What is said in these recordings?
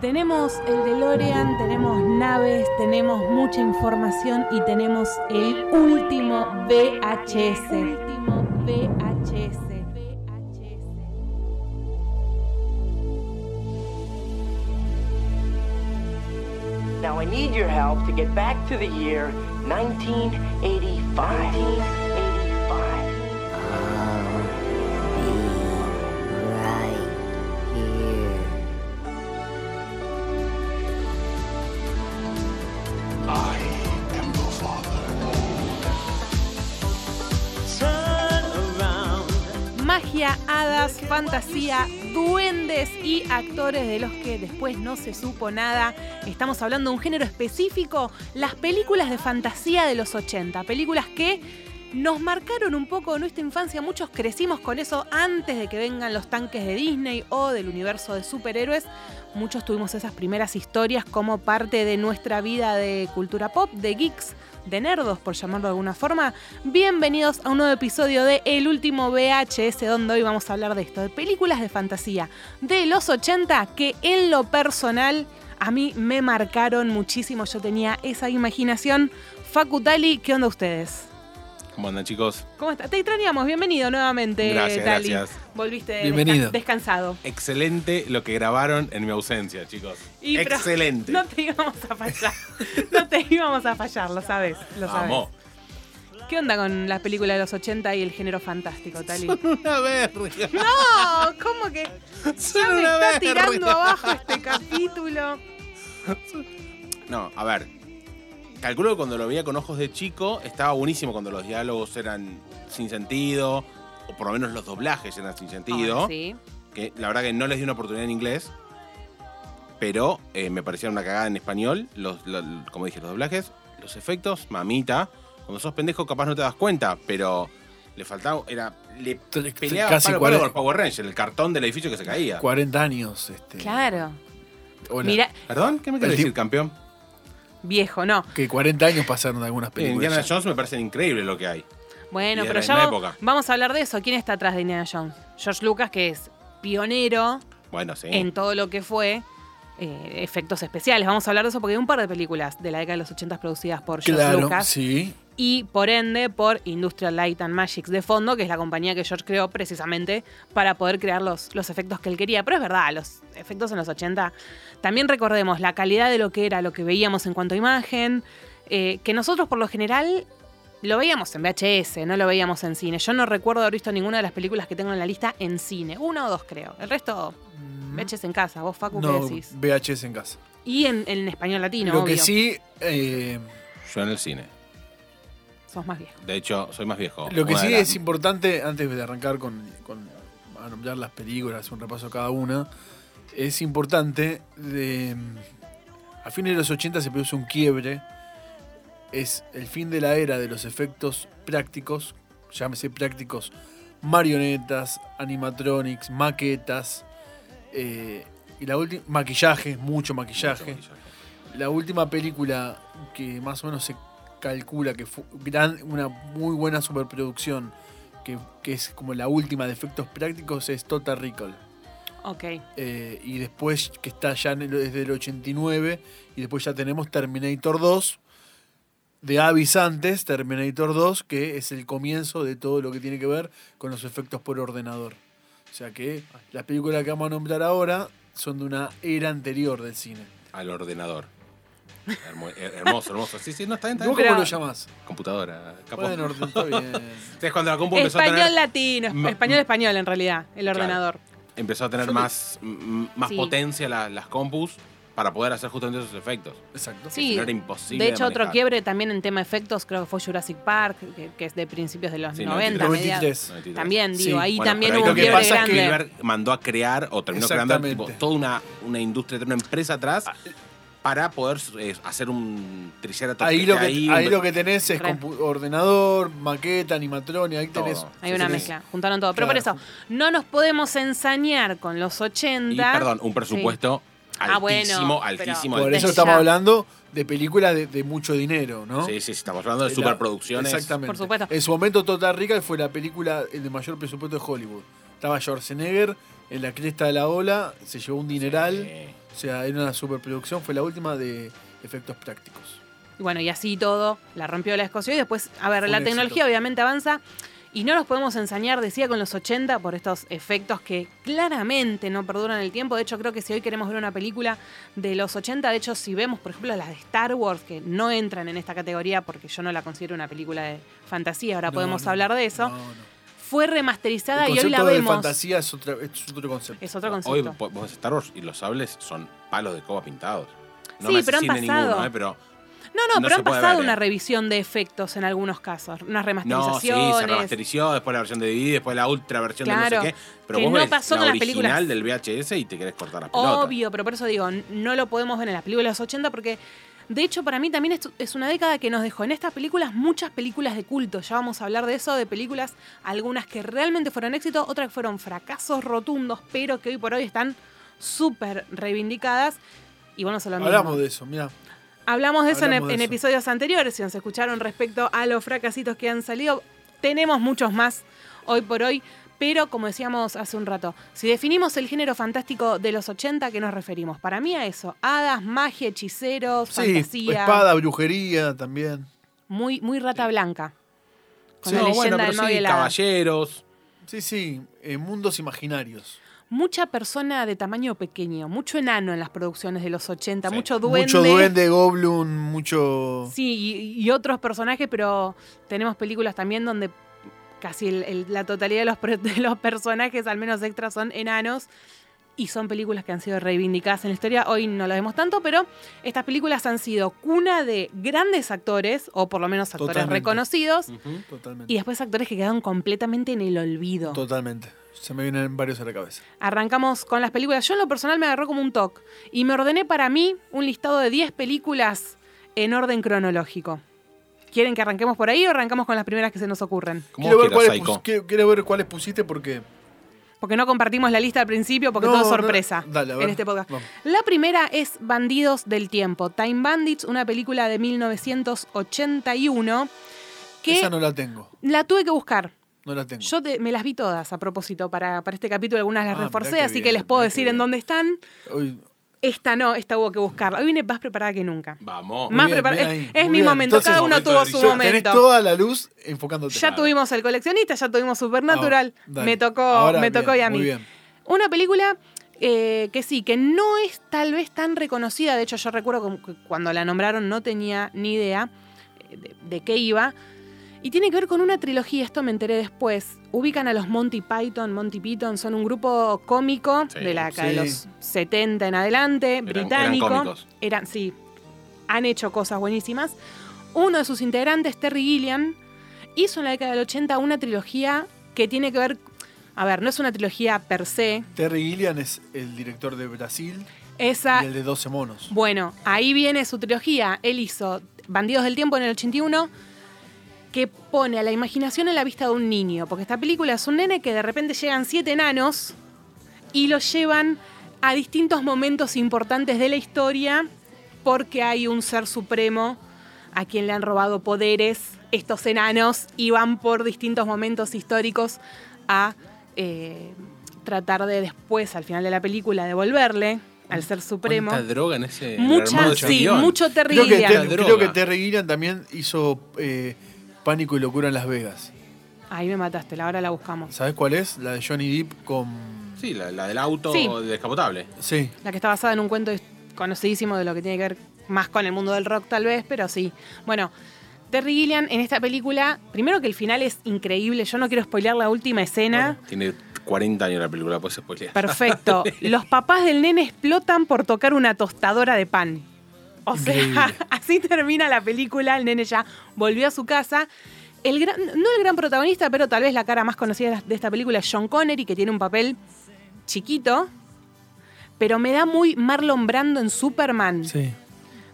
Tenemos el DeLorean, tenemos naves, tenemos mucha información y tenemos el último VHS. El último VHS. Now I need your help to get back to the year 1985. 1985. Magia, hadas, fantasía, duendes y actores de los que después no se supo nada. Estamos hablando de un género específico, las películas de fantasía de los 80, películas que nos marcaron un poco nuestra infancia, muchos crecimos con eso antes de que vengan los tanques de Disney o del universo de superhéroes. Muchos tuvimos esas primeras historias como parte de nuestra vida de cultura pop, de geeks, de nerdos, por llamarlo de alguna forma. Bienvenidos a un nuevo episodio de El último VHS, donde hoy vamos a hablar de esto, de películas de fantasía de los 80 que en lo personal a mí me marcaron muchísimo. Yo tenía esa imaginación. Facutali, ¿qué onda ustedes? ¿Cómo andan, chicos? ¿Cómo estás? Te extrañamos, bienvenido nuevamente. Gracias, Tali. gracias. Volviste desca- Bienvenido. descansado. Excelente lo que grabaron en mi ausencia, chicos. Y, pero, Excelente. No te íbamos a fallar. No te íbamos a fallar, lo sabes. Lo sabes. Vamos. ¿Qué onda con las películas de los 80 y el género fantástico, Tali? Son una verga. No, ¿cómo que? Ya Son me una está verga. tirando abajo este capítulo. No, a ver. Calculo que cuando lo veía con ojos de chico estaba buenísimo cuando los diálogos eran sin sentido, o por lo menos los doblajes eran sin sentido. Ay, sí. Que la verdad que no les di una oportunidad en inglés, pero eh, me parecían una cagada en español. Los, lo- como dije, los doblajes, los efectos, mamita. Cuando sos pendejo, capaz no te das cuenta, pero le faltaba. Era, le peleaba Casi palo a palo 40. con el Power Ranger, el cartón del edificio que se caía. 40 años. Este, Claro. hola. Mira, ¿Perdón? ¿Qué me querés El tipo- decir, campeón? viejo, no. Que 40 años pasaron de algunas En películas. Eh, Indiana ya. Jones me parece increíble lo que hay. Bueno, Y pero era ya en la va- época. vamos a hablar de eso. ¿Quién está atrás de Indiana Jones? George Lucas, que es pionero Bueno, sí. en todo lo que fue eh, efectos especiales. Vamos a hablar de eso porque hay un par de películas de la década de los 80 producidas por George Claro, Lucas sí. y por ende por Industrial Light and Magics de fondo, que es la compañía que George creó precisamente para poder crear los, los efectos que él quería. Pero es verdad, los efectos en los 80, también recordemos la calidad de lo que era, lo que veíamos en cuanto a imagen, eh, que nosotros por lo general lo veíamos en VHS, no lo veíamos en cine. Yo no recuerdo haber visto ninguna de las películas que tengo en la lista en cine, una o dos creo. El resto, VHS en casa, vos Facu, ¿qué Mm. No, decís? VHS en casa. Y en, en español latino, Lo obvio. que sí, eh, Yo en el cine. Sos más viejo. De hecho, soy más viejo. lo que Una sí de es las- importante, antes de arrancar con, con a nombrar las películas, un repaso a cada una, es importante, de, a fines de los 80 se produce un quiebre, es el fin de la era de los efectos prácticos, llámese prácticos, marionetas, animatronics, maquetas, eh, y la última, maquillaje, mucho maquillaje. Mucho maquillaje. La última película que más o menos se calcula que fue gran- una muy buena superproducción, que, que es como la última de efectos prácticos, es Total Recall. Ok. Eh, y después, que está ya en el- desde el 89, y después ya tenemos Terminator 2, de Avis antes, Terminator 2, que es el comienzo de todo lo que tiene que ver con los efectos por ordenador. O sea que las películas que vamos a nombrar ahora son de una era anterior del cine. Al ordenador. Hermo- her- hermoso, hermoso. Sí, sí, no, está bien, está ¿Vos bien. cómo Pero- lo llamás? Computadora, capó. Bueno, orden, está bien. Es cuando la compu empezó a Español tener, latino, esp- Ma- español español en realidad, el Claro. ordenador. empezó a tener Yo te- más, mm, más Sí. potencia la- las compus para poder hacer justamente esos efectos. Exacto. Sí. No era imposible. De hecho, otro manejar. quiebre también en tema efectos, creo que fue Jurassic Park, que, que es de principios de los Sí, 90. 93. mediados. 93. 93. También, Sí. digo, ahí Bueno, también pero hubo un ahí lo que quiebre pasa es grande. que Spielberg mandó a crear o terminó creando tipo, Exactamente. Ah. toda una, una industria, una empresa atrás para poder eh, hacer un triceratops. Ahí lo, que, esté ahí un- lo que tenés es Re. compu- ordenador, maqueta, animatronic, ahí tenés. Todo. Hay una tenés- mezcla, juntaron todo. Pero Claro. por eso, no nos podemos ensañar con los 80. Y perdón, un presupuesto Ah, bueno, altísimo, pero- altísimo. Por Desde eso altísimo. estamos ya. hablando de películas de, de mucho dinero, ¿no? Sí, sí, sí, estamos hablando de La- superproducciones. Exactamente. Por supuesto. Tota En su momento, Total Rica fue la película el de mayor presupuesto de Hollywood. Estaba Schwarzenegger, en la cresta de la ola, se llevó un dineral. Eh, O sea, era una superproducción, fue la última de efectos prácticos. Y bueno, y así todo, la rompió la escocia y después, a ver, Fue la un tecnología éxito. obviamente avanza y no nos podemos ensañar, decía, con los 80 por estos efectos que claramente no perduran el tiempo. De hecho, creo que si hoy queremos ver una película de los 80, de hecho, si vemos, por ejemplo, las de Star Wars, que no entran en esta categoría porque yo no la considero una película de fantasía, ahora No, podemos no, hablar de eso, No, no. fue remasterizada El y hoy la concepto de vemos. fantasía es, otra- es otro concepto. Es otro concepto. Ah, hoy po- vos ves Star Wars y los sables son palos de coba pintados. No Sí, me pero han asesinen pasado. ninguno, eh, pero No, no, No pero se han puede pasado ver, ¿eh? una revisión de efectos en algunos casos, unas No, sí, se remasterizaciones. remasterizó, después la versión de DVD, después la ultra versión de Claro, no sé qué. Pero que vos no ves pasó la con las original películas. del VHS y te querés cortar las pelotas. Obvio, pero por eso digo, n- no lo podemos ver en las películas de los 80 porque, de hecho, para mí también es, es una década que nos dejó en estas películas muchas películas de culto. Ya vamos a hablar de eso, de películas, algunas que realmente fueron éxito, otras que fueron fracasos rotundos, pero que hoy por hoy están súper reivindicadas. Y bueno, se lo mismo. Hablamos de eso, mira. Hablamos de eso, en, Hablamos de en eso. episodios anteriores, si nos escucharon respecto a los fracasitos que han salido. Tenemos muchos más hoy por hoy, pero como decíamos hace un rato, si definimos el género fantástico de los 80, ¿a qué nos referimos? Para mí a eso, hadas, magia, hechiceros, Sí, fantasía, espada, brujería también. muy, muy rata blanca. Con Sí, la leyenda bueno, pero del mago y sí, el hada. caballeros. Sí, sí, eh, mundos imaginarios. Mucha persona de tamaño pequeño, mucho enano en las producciones de los 80, Sí. mucho duende. Mucho duende, goblin, mucho... Sí, y, y otros personajes, pero tenemos películas también donde casi el- el- la totalidad de los, pre- de los personajes, al menos extras, son enanos. Y son películas que han sido reivindicadas en la historia. Hoy no lo vemos tanto, pero estas películas han sido cuna de grandes actores, o por lo menos actores Totalmente. reconocidos, Totalmente. y después actores que quedaron completamente en el olvido. Totalmente. Se me vienen varios a la cabeza. Arrancamos con las películas. Yo en lo personal me agarró como un toque y me ordené para mí un listado de 10 películas en orden cronológico. ¿Quieren que arranquemos por ahí o arrancamos con las primeras que se nos ocurren? ¿Cómo quiero, ver quieras, cuáles Psycho? pus- quiero- quiero ver cuáles pusiste porque... Porque no compartimos la lista al principio porque No, todo es no, sorpresa dale, a ver, en este podcast. vamos. La primera es Bandidos del Tiempo, Time Bandits, una película de 1981 que Esa no la tengo, la tuve que buscar. no la tengo. Yo te- me las vi todas a propósito para, para este capítulo, algunas las Ah, mirá reforcé, qué así que bien, les puedo mirá qué decir en bien. dónde están. Uy, Esta no, esta hubo que buscarla. Hoy vine más preparada que nunca. Vamos. Más bien, preparada. bien Es, ahí, es muy mi bien. momento. Entonces, Cada uno momento tuvo de su brillar. tenés momento. toda la luz enfocándote. Ya tuvimos el coleccionista, ya tuvimos Supernatural. Ah, dale. me tocó, Ahora, me tocó y bien, a mí. muy bien. Una película eh, que sí, que no es tal vez tan reconocida. De hecho, yo recuerdo que cuando la nombraron no tenía ni idea eh, de, de qué iba. Y tiene que ver con una trilogía, esto me enteré después. Ubican a los Monty Python, Monty Python, son un grupo cómico Sí. de la década de Sí. los 70 en adelante, británico. eran cómicos. Eran- sí, han hecho cosas buenísimas. Uno de sus integrantes, Terry Gilliam, hizo en la década del 80 una trilogía que tiene que ver, a ver, no es una trilogía per se, Terry Gillian es el director de Brasil esa, y el de 12 monos. bueno, ahí viene su trilogía. Él hizo Bandidos del Tiempo en el 81, que pone a la imaginación en la vista de un niño. Porque esta película es un nene que de repente llegan siete enanos y lo llevan a distintos momentos importantes de la historia porque hay un ser supremo a quien le han robado poderes estos enanos y van por distintos momentos históricos a eh, tratar de después, al final de la película, devolverle al ser supremo. ¿Cuánta droga en ese Mucha, hermoso sí, guión? mucho Terry Creo que, Gilliam. Ter- La droga. creo que Terry Gillian también hizo eh, Pánico y Locura en Las Vegas. Ahí me mataste, la hora la buscamos. ¿Sabes cuál es? La de Johnny Depp con... Sí, la, la del auto Sí. descapotable. Sí. La que está basada en un cuento conocidísimo de lo que tiene que ver más con el mundo del rock tal vez, pero sí. Bueno, Terry Gilliam en esta película, primero que el final es increíble, yo no quiero spoilear la última escena. Tiene 40 años la película, puedes spoilear. Perfecto. Los papás del nene explotan por tocar una tostadora de pan. O sea, Increíble. así termina la película, el nene ya volvió a su casa. El gran- no el gran protagonista, pero tal vez la cara más conocida de esta película es John Connery, que tiene un papel chiquito, pero me da muy Marlon Brando en Superman, Sí.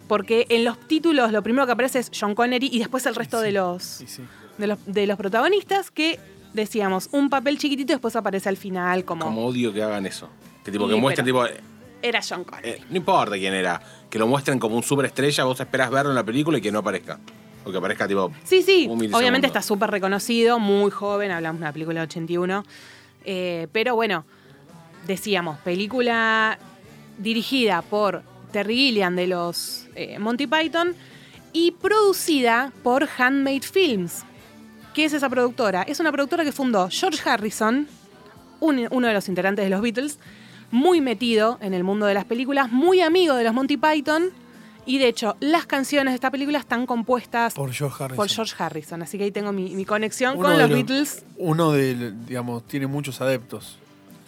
porque en los títulos lo primero que aparece es John Connery y después el resto de los Sí, sí. de los, de los protagonistas que decíamos, un papel chiquitito y después aparece al final Como odio que hagan eso. Que tipo, Y, que muestren, pero- tipo, era John Connery. eh, no importa quién era, que lo muestren como un superestrella, vos esperás verlo en la película y que no aparezca. O que aparezca, tipo, Sí, sí, Un milisegundo. obviamente está súper reconocido, muy joven, hablamos de una película de 81, eh, pero bueno, decíamos, película dirigida por Terry Gilliam de los eh, Monty Python y producida por Handmade Films. ¿Qué es esa productora? Es una productora que fundó George Harrison, un- uno de los integrantes de los Beatles, muy metido en el mundo de las películas, muy amigo de los Monty Python. Y de hecho, las canciones de esta película están compuestas por, Por George Harrison. George Harrison. Así que ahí tengo mi, mi conexión Uno con de los Beatles. Uno de, digamos, tiene muchos adeptos.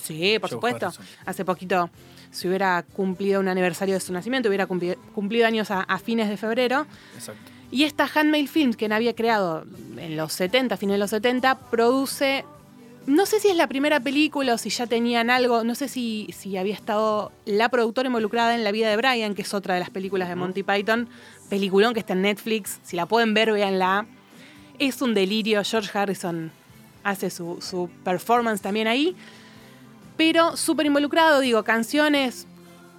Sí, por Joe supuesto. Harrison. Hace poquito, si hubiera cumplido un aniversario de su nacimiento, hubiera cumpli- cumplido años a, a fines de febrero. Exacto. Y esta Handmade Films, que él había creado en los 70, fines de los 70, produce. No sé si es la primera película o si ya tenían algo. No sé si, si había estado la productora involucrada en La vida de Brian, que es otra de las películas de Monty Python. Peliculón que está en Netflix. Si la pueden ver, véanla. Es un delirio. George Harrison hace su, su performance también ahí. Pero súper involucrado, digo, canciones,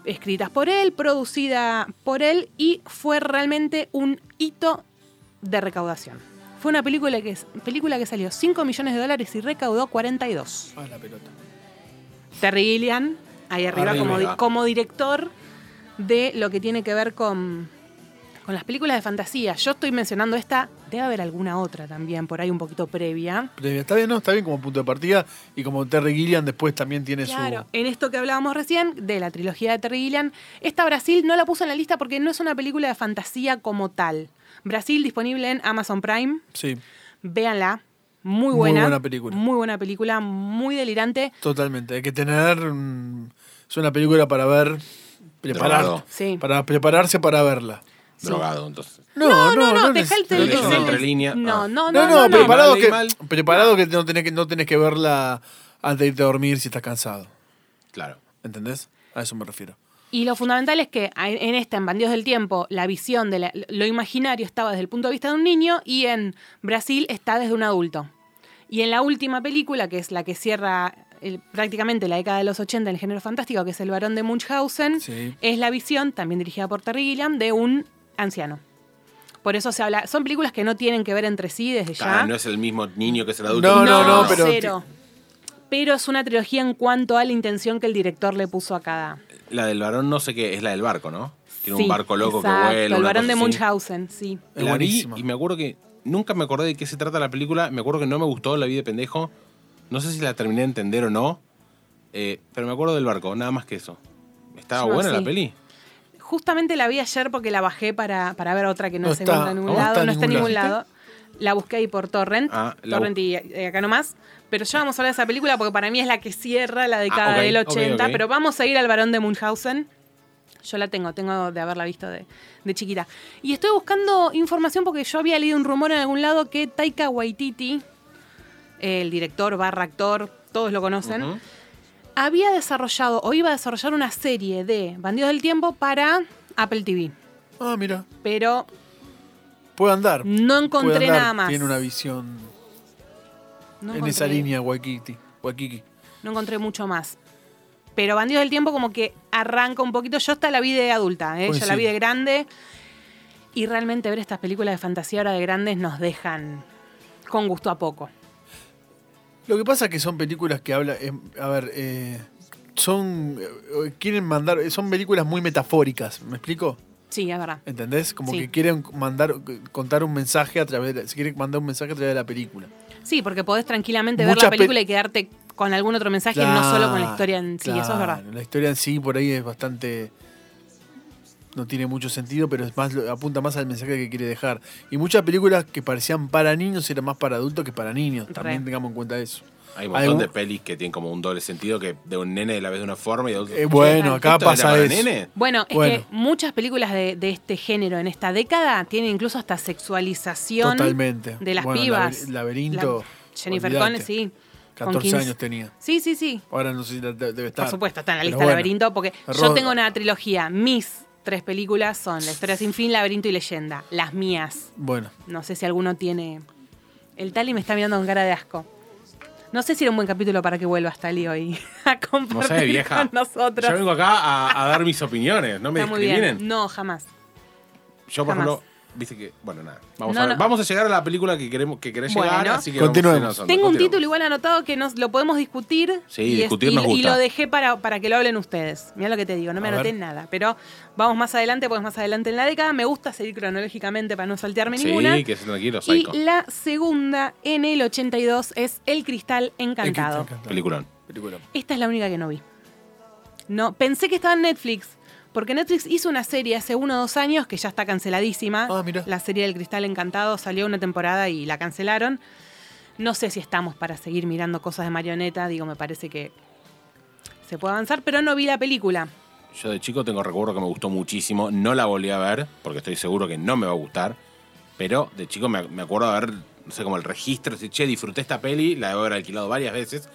escritas por él, producida por él y fue realmente un hito de recaudación. Fue una película que, película que salió 5 millones de dólares y recaudó 42. Ah, la pelota. Terry Gilliam, ahí arriba, Arriba. Como, di- como director de lo que tiene que ver con, con las películas de fantasía. Yo estoy mencionando esta, debe haber alguna otra también, por ahí un poquito previa. Previa. Está bien, ¿no? Está bien como punto de partida. Y como Terry Gilliam después también tiene Claro, en esto que hablábamos recién de la trilogía de Terry Gilliam, esta Brasil no la puse en la lista porque no es una película de fantasía como tal. Brasil disponible en Amazon Prime, su. Sí, véanla, muy Muy buena. buena película. Muy buena película, muy delirante. totalmente. Hay que tener. mm, es una película para ver. Preparar, Drogado. Sí. Para prepararse para verla. Sí. Drogado, entonces. No, no, no, dejá el neces- tel- no leyendo el- entre líneas. No, Ah. no, no, No, no, no, no. preparado, Mal, que, mal. preparado que, no tenés que no tenés que verla antes de irte a dormir si estás cansado. Claro. ¿Entendés? A eso me refiero. Y lo fundamental es que a- en esta, en Bandidos del Tiempo, la visión de la- lo imaginario estaba desde el punto de vista de un niño y en Brasil está desde un adulto. Y en la última película, que es la que cierra el- prácticamente la década de los 80 en el género fantástico, que es El varón de Munchausen, Sí. es la visión, también dirigida por Terry Gilliam, de un anciano. Por eso se habla, son películas que no tienen que ver entre sí desde ya. Ah, no es el mismo niño que es el adulto. No, que no, es el no, adulto. pero- cero. Pero es una trilogía en cuanto a la intención que el director le puso a cada. La del varón no sé qué, es la del barco, ¿no? Tiene Sí, un barco loco exacto, que vuela. El una varón cosa de así. Munchausen, sí. La Es vi buenísima. y me acuerdo que nunca me acordé de qué se trata la película. Me acuerdo que no me gustó, la vi de pendejo. No sé si la terminé de entender o no. eh, pero me acuerdo del barco, nada más que eso. ¿Estaba No, buena sí. la peli? Justamente la vi ayer porque la bajé para, para ver otra que no, No se está, encuentra en ningún no lado, está no está en ningún lado. lado. La busqué ahí por Torrent, Ah, la Torrent y eh, acá nomás. Pero ya vamos a hablar de esa película porque para mí es la que cierra la década Ah, ok, del ok, 80. ok. Pero vamos a ir al varón de Munchausen. Yo la tengo, tengo de haberla visto de, de chiquita. Y estoy buscando información porque yo había leído un rumor en algún lado que Taika Waititi, el director barra actor, todos lo conocen, Ujú. había desarrollado o iba a desarrollar una serie de Bandidos del Tiempo para Apple TV, Ah, mira. pero Puede andar. no encontré Puede andar. nada más. Tiene una visión No en encontré- esa línea, Waikiki. Waikiki. No encontré mucho más. Pero Bandidos del Tiempo como que arranca un poquito. Yo hasta la vi de adulta, ¿eh? yo Coincido. la vi de grande. Y realmente ver estas películas de fantasía ahora de grandes nos dejan con gusto a poco. Lo que pasa es que son películas que habla, eh, a ver, eh, son eh, quieren mandar, eh, son películas muy metafóricas, ¿me explico? Sí, es verdad. ¿Entendés? Como Sí. que quieren mandar contar un mensaje a través, de, se quiere mandar un mensaje a través de la película. Sí, porque podés tranquilamente ver Muchas la pe- película y quedarte con algún otro mensaje, no solo con la historia en sí. Eso es Claro, verdad. La historia en sí por ahí es bastante. No tiene mucho sentido, pero es más, lo- apunta más al mensaje que quiere dejar. Y muchas películas que parecían para niños eran más para adultos que para niños. También Re. tengamos en cuenta eso. Hay un montón Algún- de pelis que tienen como un doble sentido que de un nene la ves de una forma y de otro. Eh, bueno, acá ¿Esto era pasa para eso. nene? Bueno, es Bueno. que muchas películas de, de este género en esta década tienen incluso hasta sexualización Totalmente. de las Bueno, pibas. laber- laberinto, La- Jennifer olvidate. Connelly, sí. con 14 15. años tenía. Sí, sí, sí. Ahora no sé si la- de- debe estar. Por supuesto, está en la Pero lista bueno. Laberinto, porque yo Error. tengo una trilogía. Mis tres películas son La historia sin fin, Laberinto y Leyenda. Las mías. Bueno, No sé si alguno tiene. El Tali me está mirando con cara de asco. No sé si era un buen capítulo para que vuelvas, Tali, hoy a compartir No sé, vieja. con nosotros. Yo vengo acá a, a dar mis opiniones, no me está muy bien. discriminen. No, jamás. Yo, por Jamás. ejemplo, Viste que. Bueno, nada. Vamos, No, a, ver. no. vamos a llegar a la película que queremos que querés Bueno. llegar, así que Continuemos. vamos a irnos Tengo un continuemos. título igual anotado que nos, lo podemos discutir. Sí, es- discutir y- nos y gusta. lo dejé para, para que lo hablen ustedes. Mira lo que te digo, no me A anoté ver. nada. Pero vamos más adelante, pues más adelante en la década. Me gusta seguir cronológicamente para no saltearme ninguna. Sí, que se tranquilo, y Psycho. la segunda en el 82 es El Cristal Encantado. Peliculón. Película. Esta es la única que no vi. No, pensé que estaba en Netflix. Porque Netflix hizo una serie hace uno o dos años que ya está canceladísima. Ah, mirá. La serie del Cristal Encantado salió una temporada y la cancelaron. No sé si estamos para seguir mirando cosas de marioneta. Digo, me parece que se puede avanzar, pero no vi la película. Yo de chico tengo recuerdo que me gustó muchísimo. No la volví a ver, porque estoy seguro que no me va a gustar. Pero de chico me, me acuerdo de ver, no sé, como el registro. Decir, che, disfruté esta peli, la debo haber alquilado varias veces,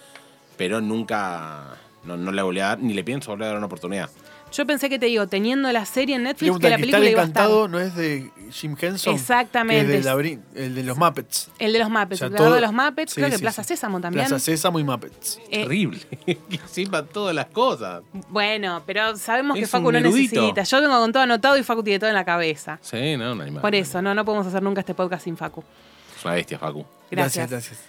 pero nunca. No, no la volví a dar, ni le pienso volver a dar una oportunidad. Yo pensé que te digo, teniendo la serie en Netflix, Pregunta, que la ¿El Cristal película iba a estar. Encantado no es de Jim Henson? Exactamente. Que es del laberinto- el de los Muppets. El de los O Muppets, sea, el creador todo- de los Muppets, Sí, creo que sí, Plaza sí. Sésamo también. Plaza Sésamo y Muppets. Eh, Terrible. Encima todas las cosas. bueno, pero sabemos que Es Facu un no erudito. necesita. Yo tengo con todo anotado y Facu tiene todo en la cabeza. Sí, no, no hay más. Por eso, no, no podemos hacer nunca este podcast sin Facu. Es una bestia, Facu. Gracias. gracias.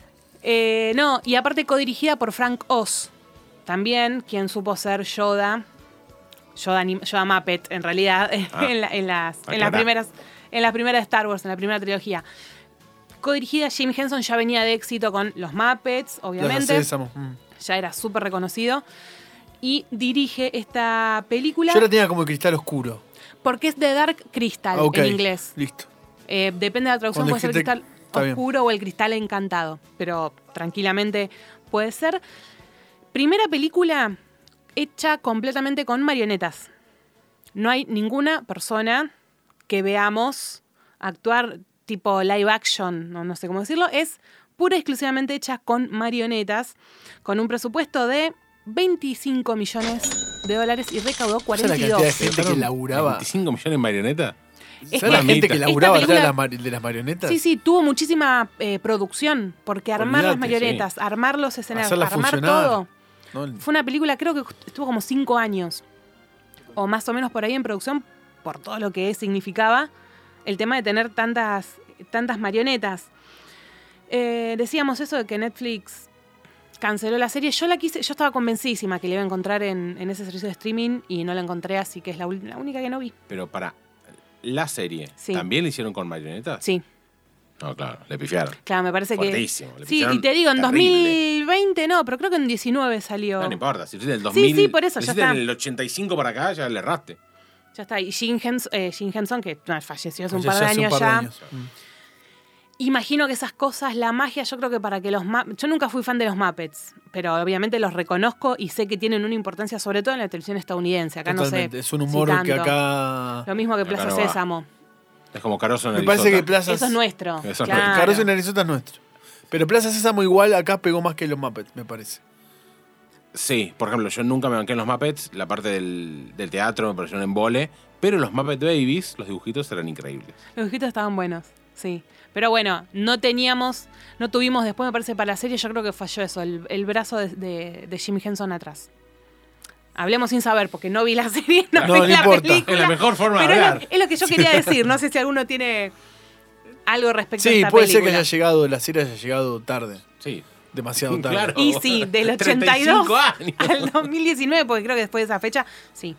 Eh, no, y aparte codirigida por Frank Oz, también, quien supo ser Yoda, Yoda, anim- Yoda Muppet, en realidad, Ah, en, la- en las, en, las aclará. primeras, en las primeras de Star Wars, en la primera trilogía. Codirigida, Jim Henson ya venía de éxito con los Muppets, Plaza obviamente, Sésamo. mm. ya era súper reconocido. Y dirige esta película Yo la tenía como el cristal oscuro. porque es The Dark Crystal Ah, ok. en inglés. Listo. Eh, depende de la traducción, puede Cuando ser dijiste- cristal está bien. oscuro o el cristal encantado, pero tranquilamente puede ser. Primera película hecha completamente con marionetas. No hay ninguna persona que veamos actuar tipo live action, no, no sé cómo decirlo, es pura y exclusivamente hecha con marionetas, con un presupuesto de 25 millones de dólares y recaudó ¿Sabes la cantidad de 42. gente que laburaba? 25 millones de marionetas. Es ¿Sabes que la gente que esta laburaba atrás de película- las mari- de las marionetas? Sí, sí, tuvo muchísima eh, producción, porque armar las Olvídate, marionetas, armar los escenarios, Hacerlas armar funcionar. todo. ¿No? Fue una película, creo que estuvo como cinco años, o más o menos por ahí en producción, por todo lo que significaba el tema de tener tantas, tantas marionetas. Eh, decíamos eso de que Netflix canceló la serie. Yo la quise, yo estaba convencidísima que la iba a encontrar en, en ese servicio de streaming y no la encontré, así que es la, ul- la única que no vi. Pero para la serie, Sí. ¿también le hicieron con Ah. marionetas? Sí, No, claro, le pifiaron. claro, me parece que. Fuertísimo. le Sí, pifiaron y te digo, en terrible. 2020 no, pero creo que en 19 salió. No, no importa, si hiciste en el Sí, 2000, sí, por eso, si ya hiciste está. en el 85 para acá, ya le erraste. Ya está. Y Jim, Hens- eh, Jim Henson, que no, falleció hace un Oye, par de ya hace un años par de ya. años. Mm. Imagino que esas cosas, la magia, yo creo que para que los Muppets. Yo nunca fui fan de los Muppets, pero obviamente los reconozco y sé que tienen una importancia, sobre todo en la televisión estadounidense. Acá Totalmente. no sé. es un si humor que tanto. acá. Lo mismo que Acá Plaza no va. Sésamo. Es como Caroso en Me el parece que Plaza. Eso es nuestro. Eso es claro. Caroso y Narizota es nuestro. Pero Plaza Sésamo igual acá pegó más que los Muppets, me parece. Sí, por ejemplo, yo nunca me banqué en los Muppets, la parte del, del teatro me pareció un embole, pero los Muppet Babies, los dibujitos eran increíbles. Los dibujitos estaban buenos, sí. Pero bueno, no teníamos, no tuvimos después, me parece, para la serie, yo creo que falló eso, el, el brazo de, de, de Jim Henson atrás. Hablemos sin saber, porque no vi la serie, no, No, vi no la importa. película. Es la mejor forma de Pero es lo- hablar. Es lo, que yo quería decir, no sé si alguno tiene algo respecto a Sí, esta puede ser película. que haya llegado, la serie haya llegado tarde. Sí. Demasiado tarde. Claro. Y sí, del 82 35 años. al 2019, porque creo que después de esa fecha, sí.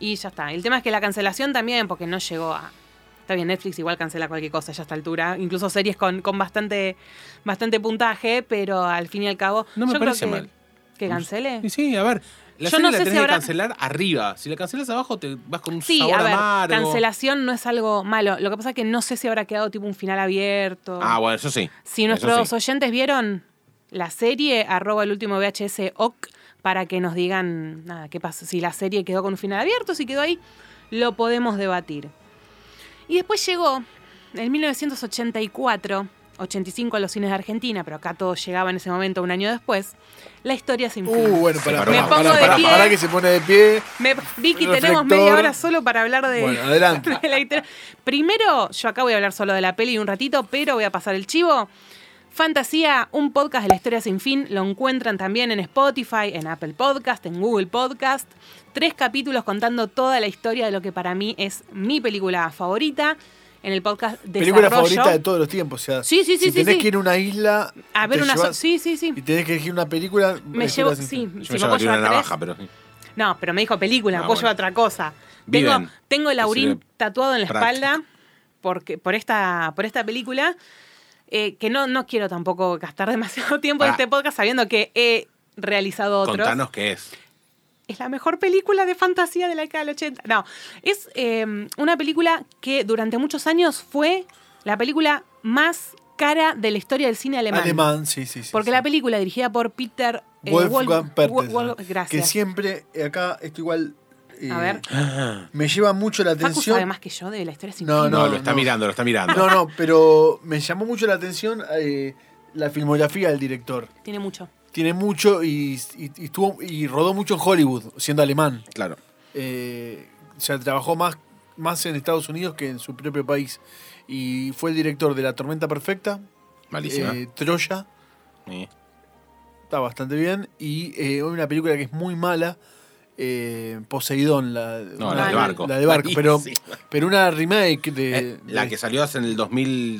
Y ya está. El tema es que la cancelación también, porque no llegó a. Está bien, Netflix igual cancela cualquier cosa ya a esta altura. Incluso series con, con bastante, bastante puntaje, pero al fin y al cabo. No me yo parece creo que, mal. que cancele. Y sí, a ver, Yo la serie no sé la tenés si que habrá- cancelar arriba. Si la cancelas abajo, te vas con un Sí, sabor a ver, amargo. cancelación no es algo malo. Lo que pasa es que no sé si habrá quedado tipo un final abierto. Ah, bueno, eso sí. Si Eso nuestros sí. oyentes vieron la serie, arroba el último VHS OC, para que nos digan nada, qué pasó, si la serie quedó con un final abierto, si quedó ahí, lo podemos debatir. Y después llegó, en 1984, 85 a los cines de Argentina, pero acá todo llegaba en ese momento, un año después, la historia sin fin. Uh, bueno, pará, paró. pará, Me pará, pongo de pará, pie. pará que se pone de pie. Me- Vicky, tenemos Reflector. media hora solo para hablar de, Bueno, adelante. de la litera- Primero, yo acá voy a hablar solo de la peli un ratito, pero voy a pasar el chivo. Fantasía, un podcast de la historia sin fin, lo encuentran también en Spotify, en Apple Podcast, en Google Podcast. Tres capítulos contando toda la historia de lo que para mí es mi película favorita. en el podcast de Película favorita de todos los tiempos. O sea, Sí, sí, sí, si sí, tenés sí. que ir a una isla. A ver te una so- llevas- sí, sí, sí. Y tenés que elegir una película. Me elegí llevo, las- sí, Yo si me puedo me llevaría una llevar tres. navaja, pero. No, pero me dijo película, Ah, puedo bueno. llevar otra cosa. Viven. Tengo, tengo el Que aurín sirve tatuado en la práctico. espalda porque, por, esta, por esta película, eh, que no, no quiero tampoco gastar demasiado tiempo en Pará. este podcast sabiendo que he realizado otros. Contanos qué es. Es la mejor película de fantasía de la década del 80. No, es eh, una película que durante muchos años fue la película más cara de la historia del cine alemán. Alemán, sí, sí. sí Porque sí. la película dirigida por Peter eh, Wolf- Wolfgang Perthes. Wolf- ¿no? Que gracias. siempre, eh, acá, esto igual. eh, A ver. Me lleva mucho la Facu sabe atención. más que yo de la historia sin No, No, fin. lo está no. mirando, lo está mirando. No, no, pero me llamó mucho la atención eh, la filmografía del director. Tiene mucho. Tiene mucho y, y- y estuvo, y rodó mucho en Hollywood, siendo alemán. Claro. eh, o sea, trabajó más, más en Estados Unidos que en su propio país. Y fue el director de La Tormenta Perfecta, Malísima. eh, Troya, Sí. está bastante bien, y eh, una película que es muy mala, eh, Poseidón, la, No, una- la de barco. la de barco, pero, Malísima. pero una remake de... Eh, la de- que salió hace en el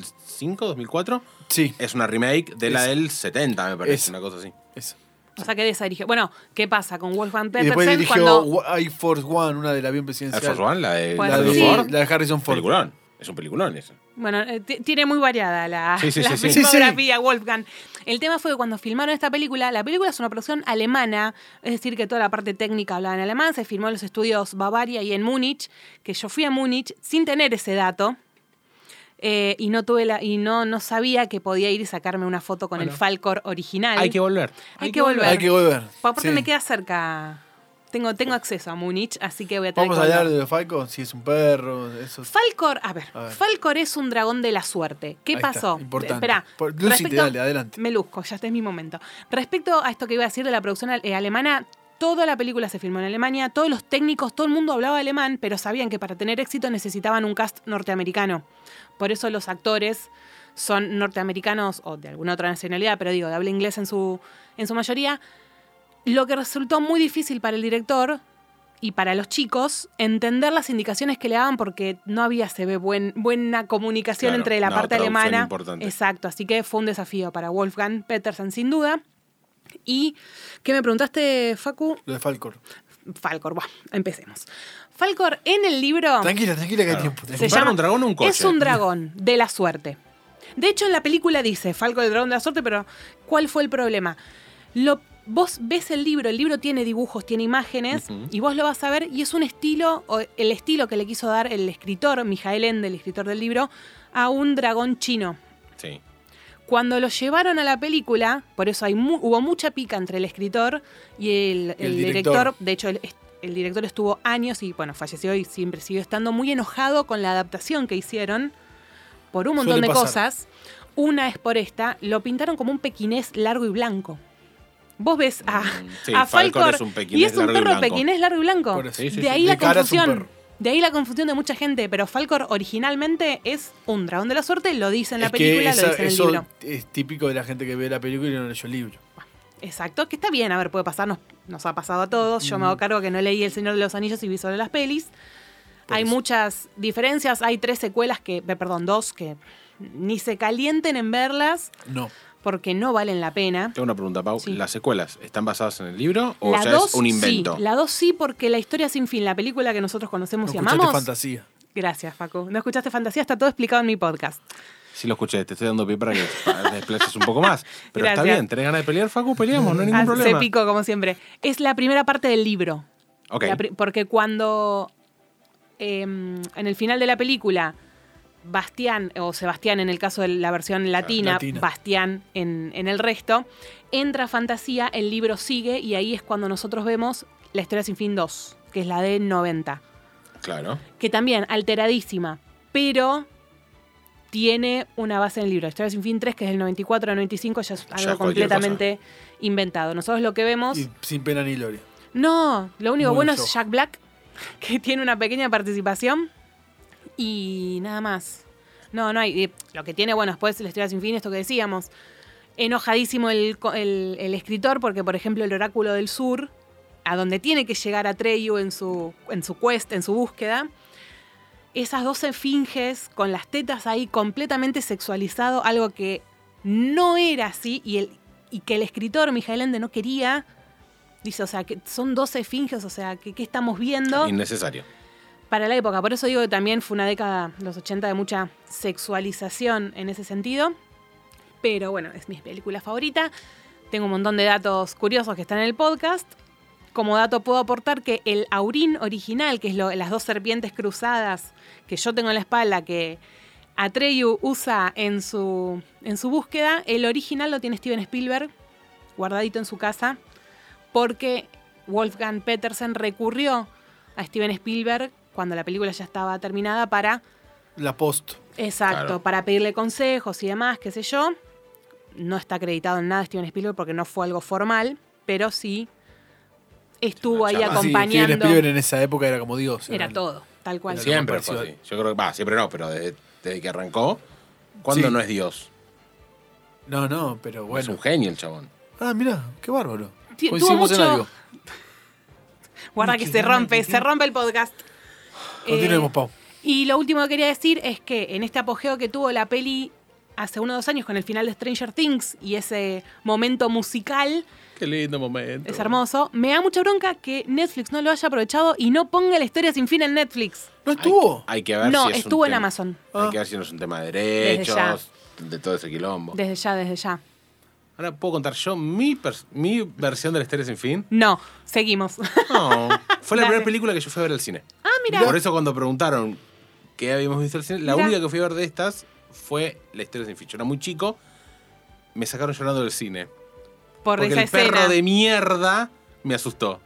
2005, 2004, Sí, es una remake de la Es- del 70, me parece, es- una cosa así. esa. O sea, que de esa dirigió. Bueno, ¿qué pasa con Wolfgang Y después Petersen dirigió cuando Wa- I Force One, una del avión presidencial. Air Force One, la de, Bueno, La de, Sí. Ford. la de Harrison Ford. Peliculón. Es un peliculón ese. Bueno, eh, ti- tiene muy variada la, Sí, sí, la sí, sí. filmografía Wolfgang. El tema fue que cuando filmaron esta película, la película es una producción alemana, es decir, que toda la parte técnica hablaba en alemán, se filmó en los estudios Bavaria y en Múnich, que yo fui a Múnich sin tener ese dato. eh, y no tuve la, y no, no sabía que podía ir y sacarme una foto con el Falcor original. volver. Hay que volver. Hay que volver. Pues aparte sí. me queda cerca. Tengo, tengo acceso a Múnich, así que voy a tener Vamos que a volver. hablar de los Falcons, si es un perro, eso. Falcor, a ver, A ver. Falcor es un dragón de la suerte. ¿Qué Ahí está, pasó? importante. Esperá, Por- Lucy, dale, adelante. Me luzco, ya este es mi momento. Respecto a esto que iba a decir de la producción al- eh, alemana, toda la película se filmó en Alemania, todos los técnicos, todo el mundo hablaba alemán, pero sabían que para tener éxito necesitaban un cast norteamericano. Por eso los actores son norteamericanos o de alguna otra nacionalidad, pero digo, de habla inglés en su, en su mayoría. Lo que resultó muy difícil para el director y para los chicos entender las indicaciones que le daban porque no había se ve buen- buena comunicación Claro, entre la no, parte traducción alemana. importante. Exacto, así que fue un desafío para Wolfgang Petersen sin duda. Y que me preguntaste, Facu, Lo de Falcor. Falcor, bueno, empecemos. Falcor en el libro Tranquila, tranquila que hay tiempo. se ¿Un tranquila. perro, llama- un dragón o un coche? es un dragón de la suerte. De hecho, en la película dice Falco el dragón de la suerte, pero ¿cuál fue el problema? Lo, vos ves el libro, el libro tiene dibujos, tiene imágenes, Ujú. y vos lo vas a ver, y es un estilo, o el estilo que le quiso dar el escritor, Mijael Ende, el escritor del libro, a un dragón chino. Sí. Cuando lo llevaron a la película, por eso hay mu- hubo mucha pica entre el escritor y el, El el director. director. De hecho, el, est- el director estuvo años y, bueno, falleció y siempre siguió estando muy enojado con la adaptación que hicieron por un montón Suele de pasar. cosas. Una es por esta, lo pintaron como un pequinés largo y blanco. Vos ves a, Mm, sí, a Falcor Falcor, es un pequinés y es un largo y perro blanco. pequinés largo y blanco. Por eso. Sí, sí, de sí. ahí De la cara es un confusión. perro. De ahí la confusión de mucha gente, pero Falcor originalmente es un dragón de la suerte, lo dice en la Es que película, esa- lo dice en el eso libro. es típico de la gente que ve la película y no leyó el libro. Exacto, que está bien, a ver, puede pasar, nos, nos ha pasado a todos. Yo me hago cargo que no leí El Señor de los Anillos y vi solo las pelis. Por hay Pues. eso. muchas diferencias, hay tres secuelas que, eh, perdón, dos que ni se calienten en verlas No. porque no valen la pena. Tengo una pregunta, Pau. Sí. ¿Las secuelas están basadas en el libro o la ya dos, es un invento? Sí, la dos sí, porque la historia sin fin, la película que nosotros No conocemos y escuchaste amamos. fantasía. Gracias, Facu. No escuchaste fantasía, está todo explicado en mi podcast. Sí, lo escuché, te estoy dando pie para que te desplaces un poco más. Pero está Gracias. bien, ¿tenés ganas de pelear, Facu? Peleamos, no hay ningún Ah, se problema. picó, como siempre. Es la primera parte del libro. Ok. La pri- porque cuando eh, en el final de la película, Bastián, o Sebastián en el caso de la versión latina, latina. Bastián en, en el resto, entra a Fantasía, el libro sigue y ahí es cuando nosotros vemos La historia sin fin 2, que es la de 90, Claro. que también alteradísima, pero tiene una base en el libro. La historia sin fin 3, que es del 94 al 95, ya es algo es cualquier completamente inventado. Nosotros lo que vemos... Y sin pena ni gloria. No, lo único Muy bueno flojo. es Jack Black, que tiene una pequeña participación y nada más. No, no hay. eh, Lo que tiene, bueno, después la historia sin fin, esto que decíamos. Enojadísimo el, co- el- el escritor porque, por ejemplo, el oráculo del sur, a donde tiene que llegar a Treyu en su, en su quest, en su búsqueda, esas dos esfinges con las tetas ahí completamente sexualizado, algo que no era así y, el, y que el escritor Mijael Ende no quería. Dice, o sea, que son dos esfinges, o sea, que, ¿qué estamos viendo? Innecesario. para la época. Por eso digo que también fue una década, los 80, de mucha sexualización en ese sentido. Pero bueno, es mi película favorita. Tengo un montón de datos curiosos que están en el podcast. Como dato puedo aportar que el aurín original, que es lo- las dos serpientes cruzadas que yo tengo en la espalda, que Atreyu usa en su, en su búsqueda, el original lo tiene Steven Spielberg, guardadito en su casa, porque Wolfgang Petersen recurrió a Steven Spielberg cuando la película ya estaba terminada para La post. Exacto, Claro. para pedirle consejos y demás, qué sé yo. No está acreditado en nada Steven Spielberg porque no fue algo formal, pero sí estuvo ahí charla. Ah, sí, Steven acompañando. Spielber en esa época era como Dios. Era todo, tal cual. Era lo Siempre más fue así. parecido. Yo creo que, va, siempre no, pero desde, desde que arrancó, ¿cuándo Sí. no es Dios? No, no, pero Es un bueno. genio el chabón. Ah, mirá, qué bárbaro. Sí, tuvo Coincidimos en mucho- algo. Guarda que se rompe, se rompe el podcast. Continuemos, Eh, Pau. Y lo último que quería decir es que en este apogeo que tuvo la peli hace uno o dos años con el final de Stranger Things y ese momento musical, Qué lindo momento. es hermoso, me da mucha bronca que Netflix no lo haya aprovechado y no ponga la historia sin fin en Netflix. ¿No Hay- estuvo? Hay, que ver No, si es un estuvo en tema- Amazon. Ah. Hay que ver si no es un tema de derechos, de todo ese quilombo. Desde ya, desde ya. Ahora puedo contar yo mi, pers- mi versión de la historia sin fin. No, seguimos. No. Fue la Dale. primera película que yo fui a ver al cine. ah, mira. Por eso cuando preguntaron qué habíamos visto al cine, la Mirá. única que fui a ver de estas fue La historia sin fin. Yo era muy chico, me sacaron llorando del cine. Por Porque esa el perro escena. de mierda me asustó.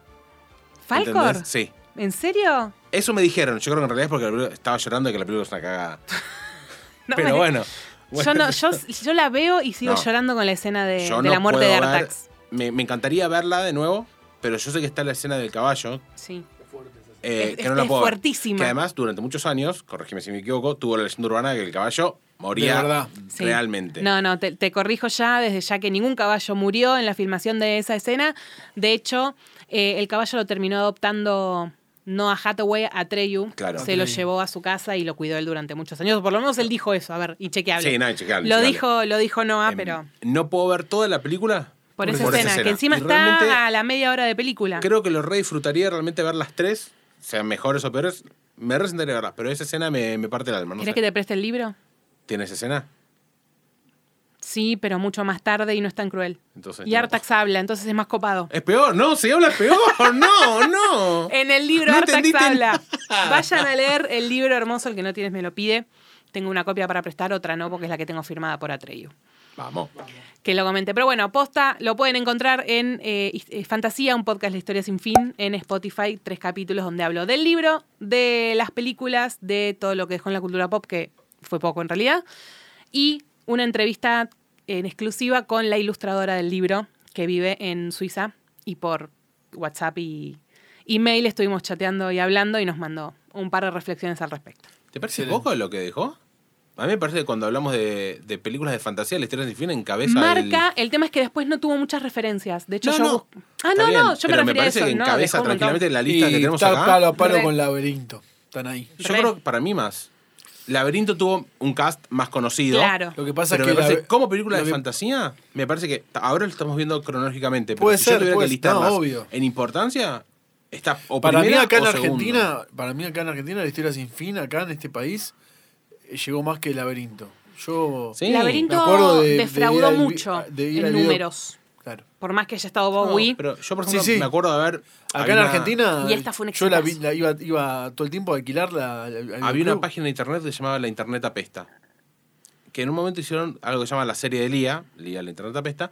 ¿Falcor? ¿entendés? Sí. ¿En serio? Eso me dijeron. Yo creo que en realidad es porque la película- estaba llorando de que la película es una cagada. No Pero me- bueno. Yo, bueno. no, yo, yo la veo y sigo No. llorando con la escena de, Yo de la no muerte puedo de ver- Artax. me, me encantaría verla de nuevo, pero yo sé que está la escena del caballo, Sí. eh, Es- que no es- la es puedo ver. fuertísima. Que además, durante muchos años, corregime si me equivoco, tuvo la leyenda urbana que el caballo moría De verdad. Sí. realmente. No, no, te, te corrijo ya, desde ya que ningún caballo murió en la filmación de esa escena. De hecho, eh, el caballo lo terminó adoptando no a Hathaway, a Treyu. Claro. Se lo Atreyu. llevó a su casa y lo cuidó él durante muchos años. Por lo menos él dijo eso, a ver, y chequeable. Sí, no, chequeable, Lo chequeable. dijo, lo dijo Noah, Em, pero No puedo ver toda la película por, esa, escena, que encima Y realmente está a la media hora de película. Creo que lo re disfrutaría realmente ver las tres, sean mejores o peores. Me re sentaría a verlas, pero esa escena me, me parte el alma. No ¿Querés sé. que te preste el libro? ¿Tienes escena? Sí, pero mucho más tarde y no es tan cruel. Entonces, y no. Artax habla, entonces es más copado. Es peor, no, se habla peor, no, no. En el libro No Artax entendiste habla. nada. Vayan a leer el libro hermoso, el que no tienes me lo pide. Tengo una copia para prestar, otra no, porque es la que tengo firmada por Atreyu. Vamos. Que lo comenté. Pero bueno, posta, lo pueden encontrar en eh, His- eh, Fantasía, un podcast de historia sin fin, en Spotify, tres capítulos donde hablo del libro, de las películas, de todo lo que dejó en la cultura pop, que fue poco en realidad, y una entrevista en exclusiva con la ilustradora del libro, que vive en Suiza, y por WhatsApp y email estuvimos chateando y hablando y nos mandó un par de reflexiones al respecto. ¿Te parece Excelente. poco lo que dejó? A mí me parece que cuando hablamos de, de películas de fantasía, la historia sin fin encabeza. Marca, el... tema es que después no tuvo muchas referencias. De hecho, No, yo. no. bus- Ah, Está no, bien, no, yo me pero refería a parece eso. que no, encabeza dejó un montón. tranquilamente la lista Y que tenemos está acá. palo a palo Re. con laberinto. Están ahí. Yo Re. creo que para mí más. Laberinto tuvo un cast más conocido. Claro. Lo que pasa pero es que me parece, la- como película lo de que- fantasía, me parece que t- ahora lo estamos viendo cronológicamente. Pero Puede si ser, yo tuviera puede- que listar no, más obvio. en importancia, está o Para mí primera acá en o segunda. Argentina, para mí acá en Argentina la historia sin fin acá en este país eh, llegó más que el laberinto. Yo Sí. Laberinto Me acuerdo de- de ir defraudó al vi- mucho de ir en al video. números. claro. Por más que haya estado No, Bowie. pero yo, por Sí, ejemplo, sí. me acuerdo de haber. Acá había en una- Argentina Y esta fue un yo la, vi- exitazo. la iba, iba todo el tiempo a alquilarla. al- al Había una club. página de internet que se llamaba La Internet Apesta. Que en un momento hicieron algo que se llama la serie de Lía, Lía la Internet Apesta,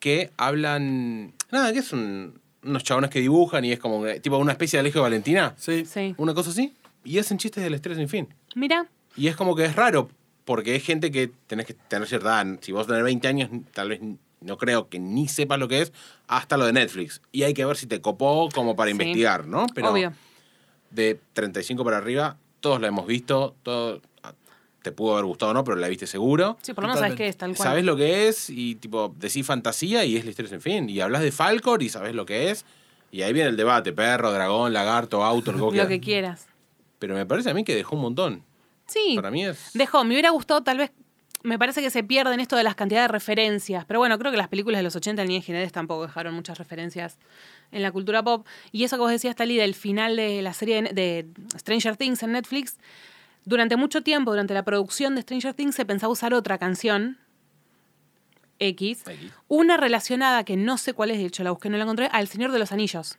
que hablan. Nada, que es un- unos chabones que dibujan y es como eh, tipo una especie de Alejo Valentina. Sí. Sí. Una cosa así. Y hacen chistes del estrés sin fin. Mira, Y es como que es raro, porque es gente que tenés que tener cierta edad. Si vos tenés 20 años, tal vez no creo que ni sepas lo que es, hasta lo de Netflix. Y hay que ver si te copó como para Sí. investigar, ¿no? obvio. de 35 para arriba, todos la hemos visto, todo, ah, te pudo haber gustado o no, pero la viste seguro. Sí, por lo menos sabes qué es, tal cual. Sabes lo que es y tipo decís fantasía y es la historia sin fin. Y hablas de Falcor y sabes lo que es. Y ahí viene el debate, perro, dragón, lagarto, auto, lo que, vos Lo que quieras. quieras. Pero me parece a mí que dejó un montón. Sí. Para mí es. Dejó, me hubiera gustado tal vez. Me parece que se pierden esto de las cantidades de referencias, pero bueno, creo que las películas de los 80 en líneas generales tampoco dejaron muchas referencias en la cultura pop. Y eso que vos decías, Tali, del final de la serie de, de Stranger Things en Netflix, durante mucho tiempo, durante la producción de Stranger Things, se pensaba usar otra canción, X, X. una relacionada, que no sé cuál es, de hecho la busqué, no la encontré, al Señor de los Anillos.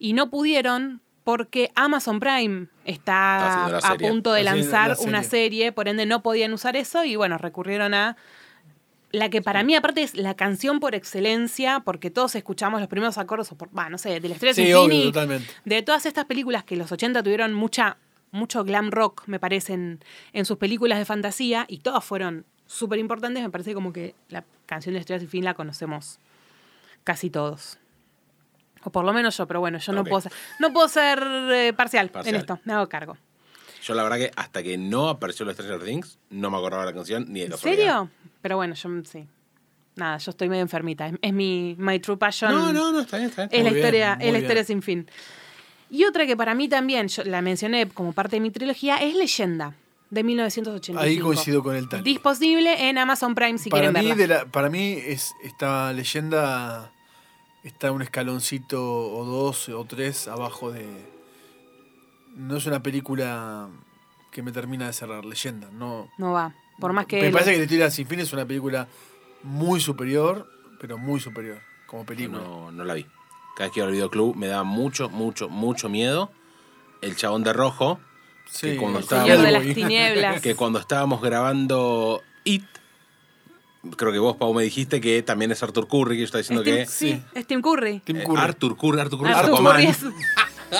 Y no pudieron porque Amazon Prime Está está haciendo la a serie. punto de Está haciendo la lanzar una serie. serie, por ende no podían usar eso y bueno, recurrieron a la que para mí aparte es la canción por excelencia, porque todos escuchamos los primeros acordes, o por, bah, no sé, del Estrella Sí, obvio, totalmente. de todas estas películas que los 80 tuvieron mucha, mucho glam rock, me parece, en, en sus películas de fantasía, y todas fueron súper importantes, me parece como que la canción de Estrellas y Fin la conocemos casi todos. O por lo menos yo, pero bueno, yo no Ok. puedo ser, no puedo ser eh, parcial, Parcial. en esto, me hago cargo. Yo la verdad que hasta que no apareció los Stranger Things, no me acordaba la canción ni de ¿En los serio? Pero bueno, yo sí. Nada, yo estoy medio enfermita. Es, es mi My True Passion. No, no, no, está bien, está bien. Es la Muy bien, historia, muy es la bien. historia sin fin. Y otra que para mí también, yo la mencioné como parte de mi trilogía, es Leyenda, de 1985. Ahí coincido con el tal. Disponible en Amazon Prime si para, quieren mí verla. de la- para mí, es, esta leyenda está un escaloncito o dos o tres abajo de. No es una película que me termina de cerrar, leyenda. No, No va, por más que... Me lo- parece que La historia sin fin es una película muy superior, pero muy superior como película. No, no la vi. Cada vez que iba al videoclub me daba mucho, mucho, mucho miedo. El chabón de rojo, que cuando el estaba Señor de Bad las Boy. tinieblas. que cuando estábamos grabando It, creo que vos, Pau, me dijiste que también es Arthur Curry, que yo estaba Es Tim- diciendo que. Sí, es Tim Curry. Tim Eh, Curry. Arthur Curry, Arthur Curry, Arthur Aquaman. Ah, Curry es...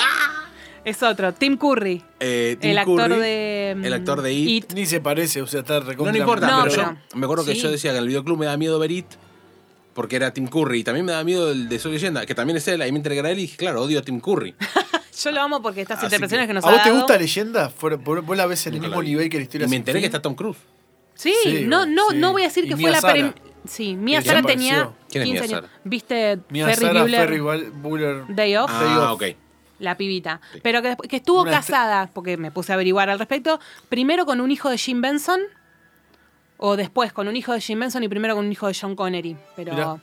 es otro, Tim Curry. Eh, Tim el actor Curry, de... mm, El actor de It. Ni se parece, o sea, está No, recontra. no importa, No, pero, pero- yo me acuerdo que sí. yo decía que en el videoclub me da miedo ver It porque era Tim Curry. Y también me da miedo el de Soy Leyenda, que también es él. Ahí me enteré que era él y dije, claro, odio a Tim Curry. Yo lo amo porque estas Así interpretaciones que, que- nos Ah, ¿A ha vos te dado- gusta Leyenda? Fuera- ¿Vos vos la ves en el Nunca mismo la vi. nivel que la historia Y me sin enteré fin? que está Tom Cruise. Sí, Sí, no, no, sí. no voy a decir Y que Mia fue la Sara. prim- Sí, Mía ¿Quién Sara apareció? tenía ¿Quién es 15 Mia años. Sara? Viste Mia Ferry Sara, Bueller, Ferry Wal- Bueller. Day Off, Te digo- Ah, ok. la pibita. Pero que, que estuvo Una este- estre- casada, porque me puse a averiguar al respecto, primero con un hijo de Jim Benson, o después con un hijo de Jim Benson y primero con un hijo de John Connery. Pero Mirá,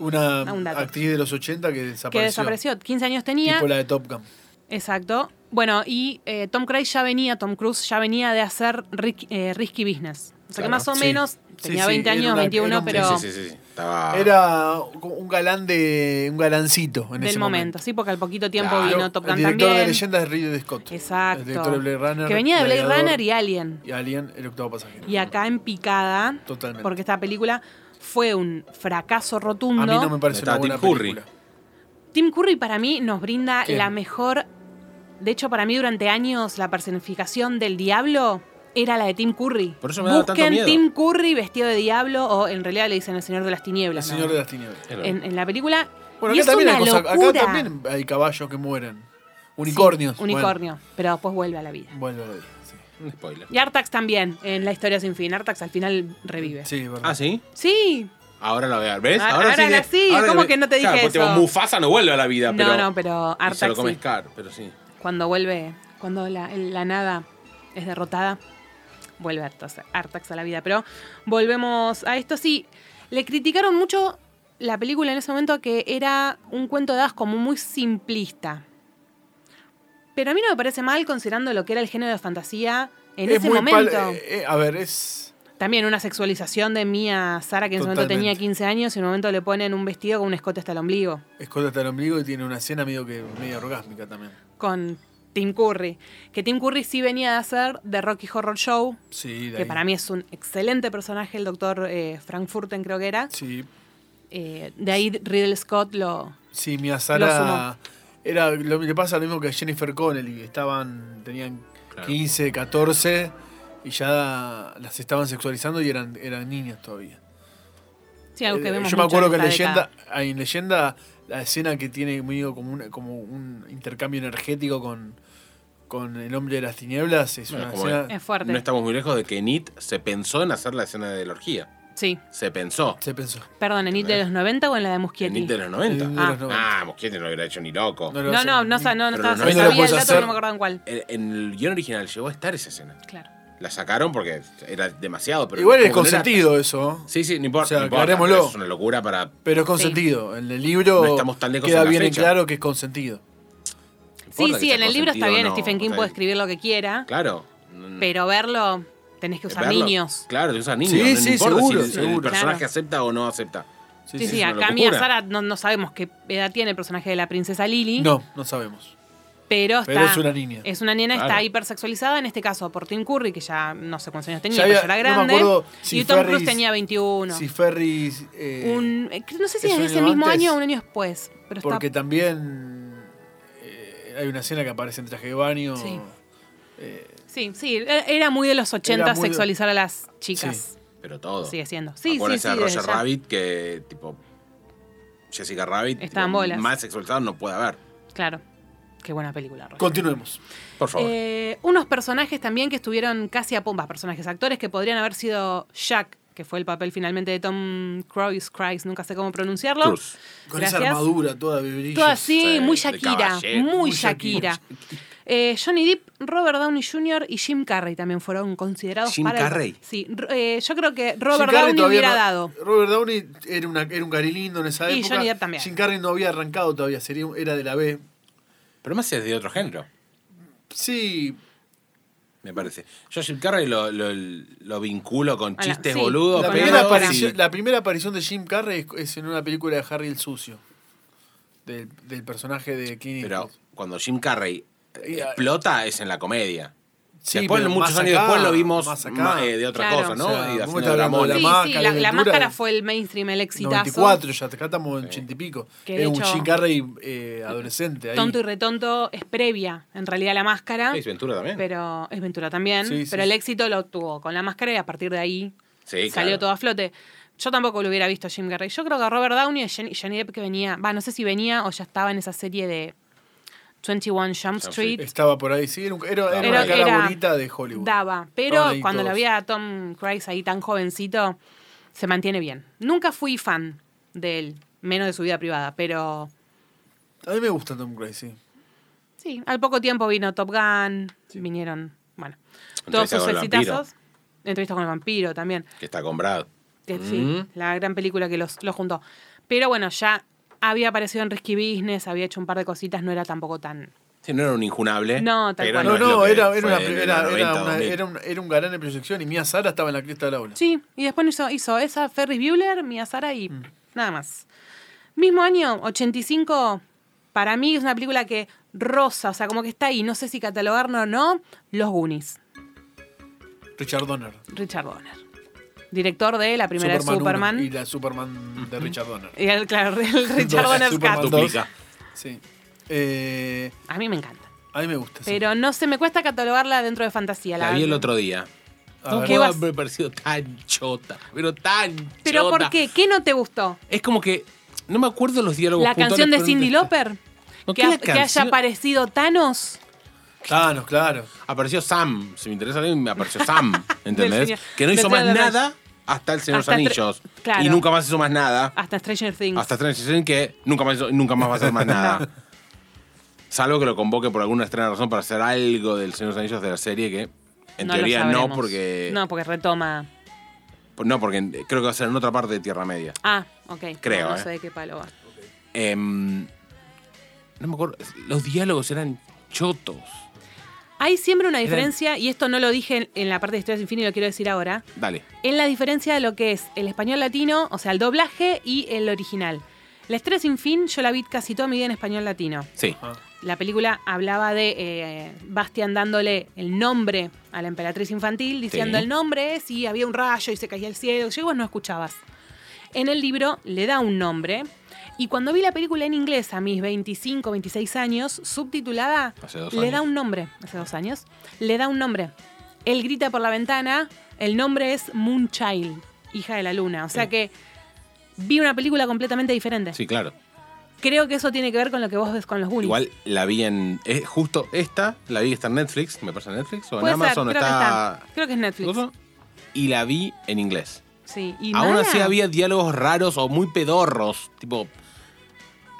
Una Ah, un dato. actriz de los 80 que que desapareció. desapareció. 15 años tenía. Tipo la de Top Gun. Exacto. Bueno, y eh, Tom Cruise ya venía, Tom Cruise ya venía de hacer ric- eh, Risky Business. O sea que Claro, más o sí. menos Sí, tenía sí, 20 era años, una- 21, era un- pero Sí, sí, sí, sí. Estaba. Era como un galán de. un galancito en del ese momento. momento. sí, porque al poquito tiempo Claro. vino Top Gun Ah, El director también. de Leyenda es Ridley Scott. Exacto. El director de Blade Runner. que venía de Blade Gladiador Runner y Alien. y Alien, el octavo pasajero. Y acá en picada, Totalmente. porque esta película fue un fracaso rotundo. A mí no me parece Está una buena Tim Curry. película. Tim Curry para mí nos brinda ¿Quién? la mejor. De hecho, para mí durante años la personificación del diablo era la de Tim Curry. Por eso me daba Busquen tanto miedo. Tim Curry vestido de diablo o en realidad le dicen el Señor de las El Tinieblas. Señor ¿no? de las Tinieblas. Era- en, en la película. Bueno, y acá es también, una hay cosas- acá locura. también hay caballos que mueren. Sí, Unicornios. bueno. unicornio, pero después vuelve a la vida. Vuelve a la vida, sí. Un spoiler. Y Artax también, en la historia sin fin. Artax al final revive. Sí. Sí, es verdad. Ah, sí. Ahora la voy a ver. ¿Ves? Ah, Ahora- ahora la- sí, ¿cómo que no te Claro, dije porque eso? tipo, Mufasa no vuelve a la vida, pero. no, no, pero y Se Artax lo comes sí. caro, pero sí. Cuando vuelve, cuando la, la nada es derrotada, vuelve Artax, Artax a la vida. Pero volvemos a esto. Sí, le criticaron mucho la película en ese momento que era un cuento de hadas como muy simplista. Pero a mí no me parece mal considerando lo que era el género de fantasía en Es ese muy pal- momento. eh, eh, a ver, es. También una sexualización de Mia Sara, que en ese momento Totalmente. tenía 15 años y en un momento le ponen un vestido con un escote hasta el ombligo, Escote hasta el ombligo y tiene una escena medio que medio orgásmica también. con Tim Curry. Que Tim Curry sí venía de hacer The Rocky Horror Show, Sí, de que ahí. para mí es un excelente personaje, el doctor eh, Frankfurten creo que era. Sí. Eh, de ahí Riddle Scott lo... Sí, Mia sumó. Sara. Era, lo, le pasa lo mismo que a Jennifer Connelly. Estaban, tenían Claro. 15, 14 y ya las estaban sexualizando y eran, eran niñas todavía. Sí, algo que Eh, vemos Yo me mucho acuerdo que en en esta leyenda, década. ah, en leyenda, la escena que tiene medio como un, como un intercambio energético con, con el hombre de las tinieblas es Bueno, una como escena. Es fuerte. No estamos muy lejos de que Nit se pensó en hacer la escena de la orgía. Sí. Se pensó. Se pensó. Perdón, ¿en IT de los 90 o en la de Muschietti? En IT de los 90. En Ah. los 90. Ah, Mosquete no lo hubiera hecho ni loco. No lo- No, no, no, sa- no, no Pero estaba- los no sabía 90 el lo puedes dato, hacer. no me acordaba en cuál. En, en el guión original llegó a estar esa escena. Claro. La sacaron porque era demasiado. Pero Igual es como no era- consentido eso. Sí, sí, no O importa. sea, no importa, aclarémoslo. pero Es una locura para. Pero es consentido. En el libro No estamos tan lejos queda en la bien en fecha. claro que es consentido. Sí, importa que sí, sea en el libro está bien, consentido o no, Stephen King o sea, puede escribir lo que quiera, Claro. Mm, pero verlo tenés que usar verlo- niños. Claro, que usan niños. Sí, no sí, importa seguro, si el- el, seguro. personaje Claro. acepta o no acepta. Sí, sí, sí, es una acá Mia locura. Sara no, no sabemos qué edad tiene el personaje de la princesa Lily, No, no sabemos. pero está... pero es una niña. Es una nena, está Claro. hipersexualizada, en este caso por Tim Curry, que ya no sé cuántos años tenía, Ya pero había- ya era no me grande. acuerdo si y Tom Ferris- Cruise tenía 21. Si Ferris. eh, Un- eh, no sé si ¿es es un de ese año mismo antes? año o un año después, pero está Porque también eh, hay una escena que aparece en traje de baño. Sí. eh, Sí, sí, era- era muy de los 80 Era muy de- sexualizar a las chicas. Pero todo. Sigue siendo. Sí, sí, Acuérdense sí. de desde Roger ya. Rabbit que, tipo. Jessica Rabbit. Estaban tipo, bolas. Más sexualizado no puede haber. Claro. Qué buena película, Roger. Continuemos. Por favor. Eh, unos personajes también que estuvieron casi a pompas, personajes, actores que podrían haber sido Jack, que fue el papel finalmente de Tom Cruise, Christ, nunca sé cómo pronunciarlo. Cruz. Con esa Gracias. armadura toda de brillos. Todo así, Sí, muy de Shakira, caballero. muy Muy Shakira. Shakira. Eh, Johnny Depp, Robert Downey Jr. y Jim Carrey también fueron considerados Jim para... el- Carrey. Sí, ro- eh, yo creo que Jim Robert Carrey Downey todavía hubiera no- dado. Robert Downey era, una- era un cari lindo en esa Y época. Johnny Depp también. Jim Carrey no había arrancado todavía, sería, un- era de la B. Pero más es de otro género, Sí, me parece. Yo a Jim Carrey lo, lo- lo vinculo con Hola, chistes sí. boludos, la Pero primera, no, aparición, sí. la primera aparición de Jim Carrey es, es en una película de Harry el Sucio. Del, del personaje de Clint Pero Eastwood. cuando Jim Carrey Y, ah, explota es en la comedia. Sí, después, pero muchos más años acá, después, lo vimos más acá. ma- eh, de otra Claro. cosa, ¿no? O y sea, vos haciendo estás la hablando de mola. la sí, máscara, sí, la, la la aventura máscara de- fue el mainstream, el exitazo. 94, ya acá estamos en 80 y pico. Que de Era un hecho- Jim Carrey eh, adolescente. Ahí. Tonto y retonto es previa, en realidad, la máscara. Sí, Ventura también. Pero es Ventura también. ¿eh? Sí, sí, pero el sí. éxito lo obtuvo con la máscara y a partir de ahí salió Sí, claro. todo a flote. Yo tampoco lo hubiera visto a Jim Carrey. Yo creo que a Robert Downey y a Jenny, Johnny Depp que venía, va, no sé si venía o ya estaba en esa serie de 21 Jump Street. Street, Estaba por ahí, sí, era, un- era- era Era- una cara era- bonita de Hollywood. daba. Estaban Pero ahí cuando lo todos. vi a Tom Cruise ahí tan jovencito, se mantiene bien. Nunca fui fan de él, menos de su vida privada, pero A mí me gusta Tom Cruise, sí. sí, al poco tiempo vino Top Gun, vinieron, bueno, todos Entrevista sus con el vampiro. exitazos. Entrevistas con el vampiro también. Que está comprado. Que sí, Mm. la gran película que los, los juntó. Pero bueno, ya había aparecido en Risky Business, había hecho un par de cositas, no era tampoco tan. Sí, no era un injunable. No, tal pero cual. Ah, No, es lo no, que era, era, fue una, en pri- el era, 90, era, una- 2000. era un, era un galán de proyección y Mia Sara estaba en la cresta del aula. Sí, y después hizo, hizo esa, Ferris Bueller, Mia Sara y Mm. nada más. Mismo año, 85, para mí es una película que rosa, o sea, como que está ahí, no sé si catalogarlo o no, Los Goonies, Richard Donner. Richard Donner. Director de la primera de uno Superman. Y la Superman de Richard Donner. Y el, claro, el Richard Donner Superman Cut. dos. Duplica. Sí. Eh, A mí me encanta. a mí me gusta. sí. Pero no se me cuesta catalogarla dentro de fantasía. La vi el otro día. A No ver. ¿Qué puedo vas- haber parecido tan chota. Pero tan chota. ¿Pero por qué? ¿Qué no te gustó? Es como que. No me acuerdo los diálogos ¿La puntuales, canción de pero Cindy no- Lauper? No, que, ¿qué ha- la que haya canción? aparecido Thanos. Thanos, claro. Apareció Sam. Si me interesa a mí, me apareció Sam. Del ¿Entendés? señor- que no hizo del más señor de los- nada hasta El Señor de los Hasta tre- Anillos. claro. Ah, Y nunca más hizo más nada. Hasta Stranger Things. Hasta Transition que nunca más, hizo- nunca más va a hacer más nada. Salvo que lo convoque por alguna extraña razón para hacer algo del Señor de los Anillos de la serie que en No lo teoría no sabremos. porque, No, porque retoma. no, porque en- creo que va a ser en otra parte de Tierra Media. Ah, ok. Creo, No, no eh. sé de qué palo va. Em, no me acuerdo. Los diálogos eran chotos. Hay siempre una Eran- diferencia, y esto no lo dije en, en la parte de Historia Sin Fin y lo quiero decir ahora, Dale. en la diferencia de lo que es el español latino, o sea, el doblaje y el original. La Historia Sin Fin yo la vi casi toda mi vida en español latino. Sí. Ah. La película hablaba de eh, Bastian dándole el nombre a la emperatriz infantil, diciendo Sí. el nombre es, y había un rayo y se caía el cielo. Yo igual no escuchabas. En el libro le da un nombre. Y cuando vi la película en inglés a mis 25, 26 años, subtitulada, Hace dos le da años. un nombre. Hace dos años. Le da un nombre. Él grita por la ventana, el nombre es Moonchild, hija de la luna. O sea que vi una película completamente diferente. Sí, claro. Creo que eso tiene que ver con lo que vos ves con los Goonies. Igual la vi en. eh, justo esta, la vi que está en Netflix. ¿Me parece en Netflix? O en Puede ser, Amazon. creo que está. está. Creo que es Netflix. Y la vi en inglés. Sí, y Aún mala. así había diálogos raros o muy pedorros. Tipo,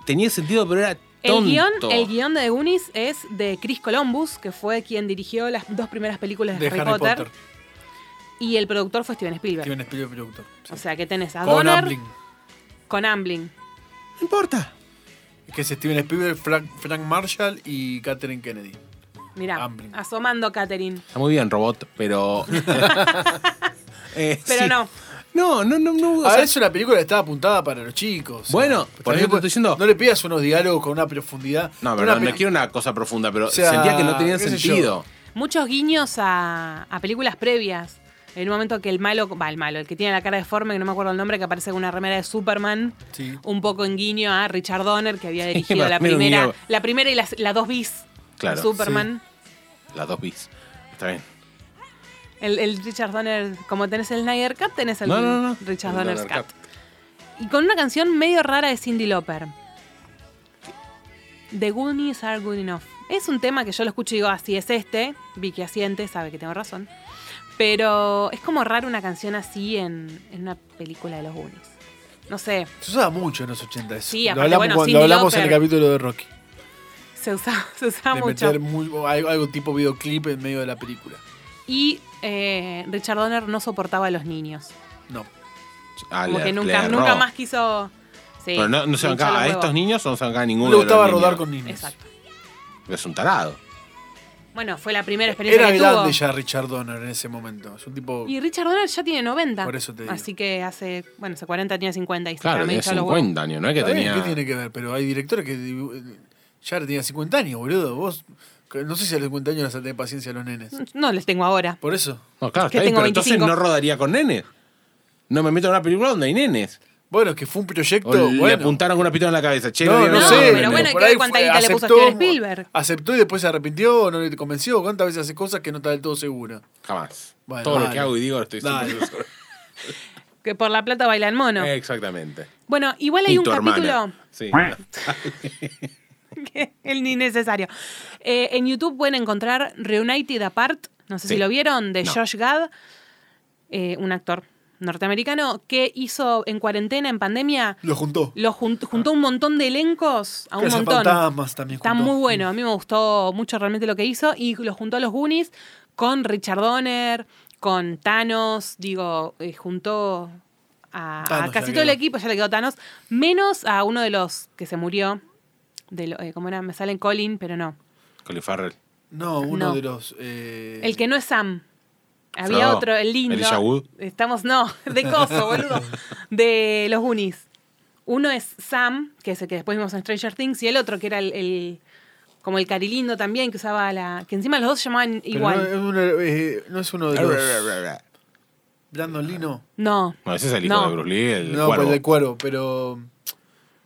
tenía sentido, pero era tonto. El guión, el guión de The Goonies es de Chris Columbus, que fue quien dirigió las dos primeras películas de, de Harry Potter. Y el productor fue Steven Spielberg. Steven Spielberg, productor. sí. O sea, que tenés a Con Donner Amblin. con Amblin. No importa. Que es Steven Spielberg, Frank, Frank Marshall y Katherine Kennedy. Mirá, Amblin. asomando Catherine. Está muy bien, robot, pero. Eh, Pero sí. no. No, no, no. no, o a sea, eso la Ah, película estaba apuntada para los chicos. Bueno, Pues por también eso te estoy diciendo- No le pidas unos diálogos con una profundidad. no, Una pero no, pe- no quiero una cosa profunda, pero O sea, sentía que no tenían qué sé yo. sentido. Muchos guiños a, a películas previas. En un momento que el malo, va, el malo, el que tiene la cara deforme, que no me acuerdo el nombre, que aparece con una remera de Superman. Sí. Un poco en guiño a Richard Donner, que había dirigido más la o menos un primera, guiño. la primera y las- la, dos bis Claro, de Superman. Las dos bis. Está bien. El, el Richard Donner, como tenés el Snyder Cut, tenés el No, no, no. Richard El Donner's Donner Cut. Y con una canción medio rara de Cindy Lauper. The Goonies Are Good Enough. Es un tema que yo lo escucho y digo, así es este. Vicky asiente, sabe que tengo razón. Pero es como raro una canción así en, en una película de los Goonies. No sé, Se usaba mucho en los 80 eso. Sí, lo aparte, hablamos, bueno, cuando- Cyndi lo hablamos en el Lauper. capítulo de Rocky. se usaba, se usaba de mucho. meter muy- o algo, algo tipo videoclip en medio de la película. Y eh, Richard Donner no soportaba a los niños. No. Ah, Como le- que le nunca, erró. nunca más quiso... Sí, Pero no, no se le bancaba hinchó a los estos huevos. niños o no se bancaba a No ninguno. de le los gustaba rodar niños. con niños. Exacto. Es un tarado. Bueno, fue la primera experiencia Era que grande tuvo. ya Richard Donner en ese momento. Es un tipo. Y Richard Donner ya tiene 90. Por eso te digo. Así que hace, bueno, hace 40 tenía 50 y se Claro, me tenía hinchó los 50 años, ¿no? Es que Está bien, tenía. ¿Qué tiene que ver? Pero hay directores que dibu- ya tenía 50 años, boludo. Vos, que no sé si a los 50 años les tenés paciencia a los nenes. huevos. No les tengo ahora. Por eso. No, claro, Que está bien, tengo pero entonces 25. no rodaría con nenes. No me meto en una película donde hay nenes. Bueno, que fue un proyecto. O le bueno. apuntaron con una pistola en la cabeza. Che, No, no, dieron No, sé. pero bueno, por hay que ver ahí cuánta fue- guita le puso aceptó- Steven Spielberg. Aceptó y después se arrepintió, no le convenció. ¿Cuántas veces hace cosas que no está del todo segura? Jamás. Bueno, Todo lo dale. que hago y digo lo estoy Dale. seguro. Que por la plata bailan mono. Exactamente. Bueno, igual hay Eh, Y un tu capítulo hermana. Sí. que es el ni necesario. Eh, en YouTube pueden encontrar Reunited Apart, no sé Sí. si lo vieron, de No. Josh Gad, eh, un actor norteamericano que hizo en cuarentena, en pandemia, Lo juntó. lo jun- juntó un montón de elencos a un montón. Fantasmas también Está juntó. muy bueno, a mí me gustó mucho realmente lo que hizo y lo juntó a los Goonies con Richard Donner, con Thanos, digo, eh, juntó a, a Thanos ya casi le todo el quedó. equipo, ya le quedó Thanos, menos a uno de los que se murió, de lo- eh, ¿cómo era? Me salen Colin, pero no. Colin Farrell. No, uno No. de los. eh, El que no es Sam. Había Frodo. otro, el lindo. Elijah Wood. Estamos, no, de coso, boludo. De los Goonies. Uno es Sam, que es el que después vimos en Stranger Things, y el otro que era el, el- como el carilindo también, que usaba la. que encima los dos se llamaban pero igual. No, es uno, eh, no es uno de los. No, Brandon Lee, no. No. ese es el hijo No. de Bruce Lee, el no, cuervo. pero el cuero, pero.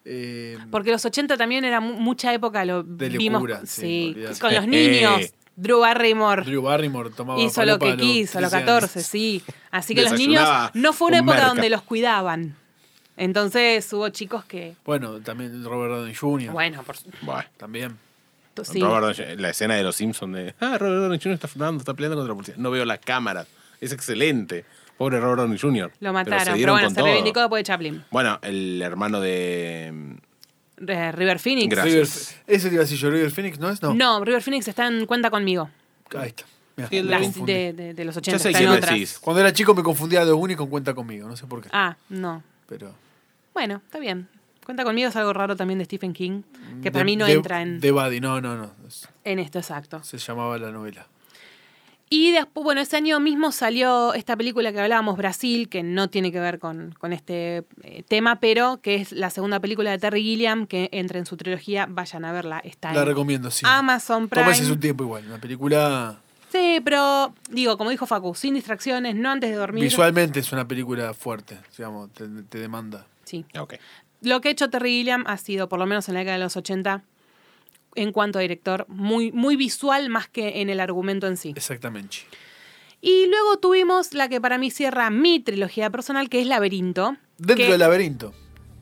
eh, Porque los 80 también era mu- mucha época, lo De vimos. locura, sí, sí, olvidate. con los niños. Eh. Drew Barrymore. Drew Barrymore tomaba. hizo lo falopa que a quiso a los 15 años. 14, sí. Así que los niños Desayunaba no fue una con época merca. donde los cuidaban. Entonces hubo chicos que, Bueno, también Robert Downey Jr. bueno, por Bueno, También. tu- sí. Robert Downey- la escena de los Simpsons de. Ah, Robert Downey Jr. está fumando, está peleando contra la policía. No veo las cámaras. Es excelente. Pobre Robert Downey Jr. lo Pero se mataron, pero, dieron bueno, con se todo. reivindicó después de Chaplin. Bueno, el hermano de. mm, Eh, River Phoenix. Gracias. River, ese te iba a decir yo, River Phoenix, ¿no es? No. No, River Phoenix está en cuenta conmigo. Ahí está. Mirá, Sí, me Las confundí. de, de- de los 80. Ya sé está quién en otras. decís. Cuando era chico me confundía de Uni con Cuenta Conmigo, no sé por qué. Ah, no. Pero Bueno, está bien. Cuenta conmigo es algo raro también de Stephen King, que para De- mí no de- entra en, De Buddy, no, no, no. Es- en esto, exacto. Se llamaba la novela. Y después, bueno, ese año mismo salió esta película que hablábamos, Brasil, que no tiene que ver con, con este eh, tema, pero que es la segunda película de Terry Gilliam, que entra en su trilogía, vayan a verla, está La en recomiendo, sí. Amazon Prime. Tómese su tiempo igual. Una película. Sí, pero digo, como dijo Facu, sin distracciones, no antes de dormir. Visualmente es una película fuerte, digamos, te, te demanda. Sí. Ok. Lo que ha hecho Terry Gilliam ha sido, por lo menos en la década de los 80, en cuanto a director, muy, muy visual más que en el argumento en sí. Exactamente. Y luego tuvimos la que para mí cierra mi trilogía personal, que es Laberinto. Dentro que del laberinto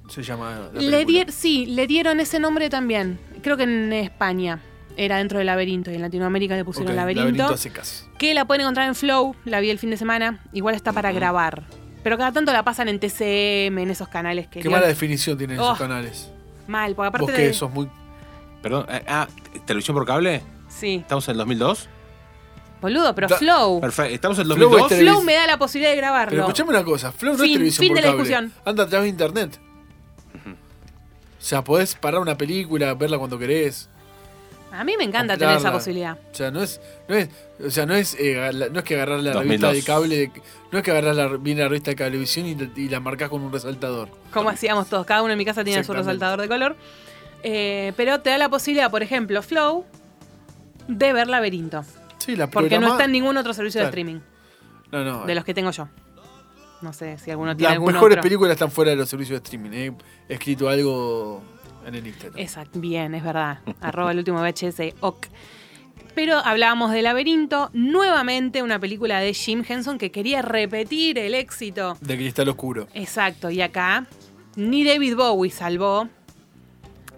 se llama. La le dier- película. Sí, le dieron ese nombre también. Creo que en España era dentro del laberinto y en Latinoamérica le pusieron Ok, laberinto. a secas. que la pueden encontrar en Flow, la vi el fin de semana. Igual está para grabar, Pero cada tanto la pasan en TCM, en esos canales que. Qué no- mala definición tienen Oh, esos canales. Mal, porque aparte Vos de. que sos muy. Perdón. eh, Ah, ¿televisión por cable? Sí. ¿Estamos en el 2002? Boludo, pero Da- Flow. Perfecto. ¿Estamos en el Flow es 2002? Flow Televis- me da la posibilidad de grabarlo. Pero escuchame una cosa, Flow no Fin- es televisión fin por de la cable. discusión. Anda a través de internet. O sea, podés parar una película, verla cuando querés. A mí me encanta tener esa comprarla. posibilidad. O sea, no es, no es, o sea, no es, eh, la- no es que agarrás la 2002. revista de cable, no es que agarrás la, viene la revista de cablevisión y, te- y la marcás con un resaltador. Como hacíamos todos. Cada uno en mi casa tenía su Exactamente. resaltador de color. Eh, pero te da la posibilidad, por ejemplo, Flow, de ver Laberinto. Sí, la Porque no programás- está en ningún otro servicio de Claro. streaming. No, no. De los que tengo yo. No sé si alguno tiene las algún mejores otro. películas están fuera de los servicios de streaming. He escrito algo en el Instagram. Exacto, bien, es verdad. Arroba el último VHS, ok. Pero hablábamos de Laberinto, nuevamente una película de Jim Henson que quería repetir el éxito. De Cristal Oscuro. Exacto, y acá ni David Bowie salvó.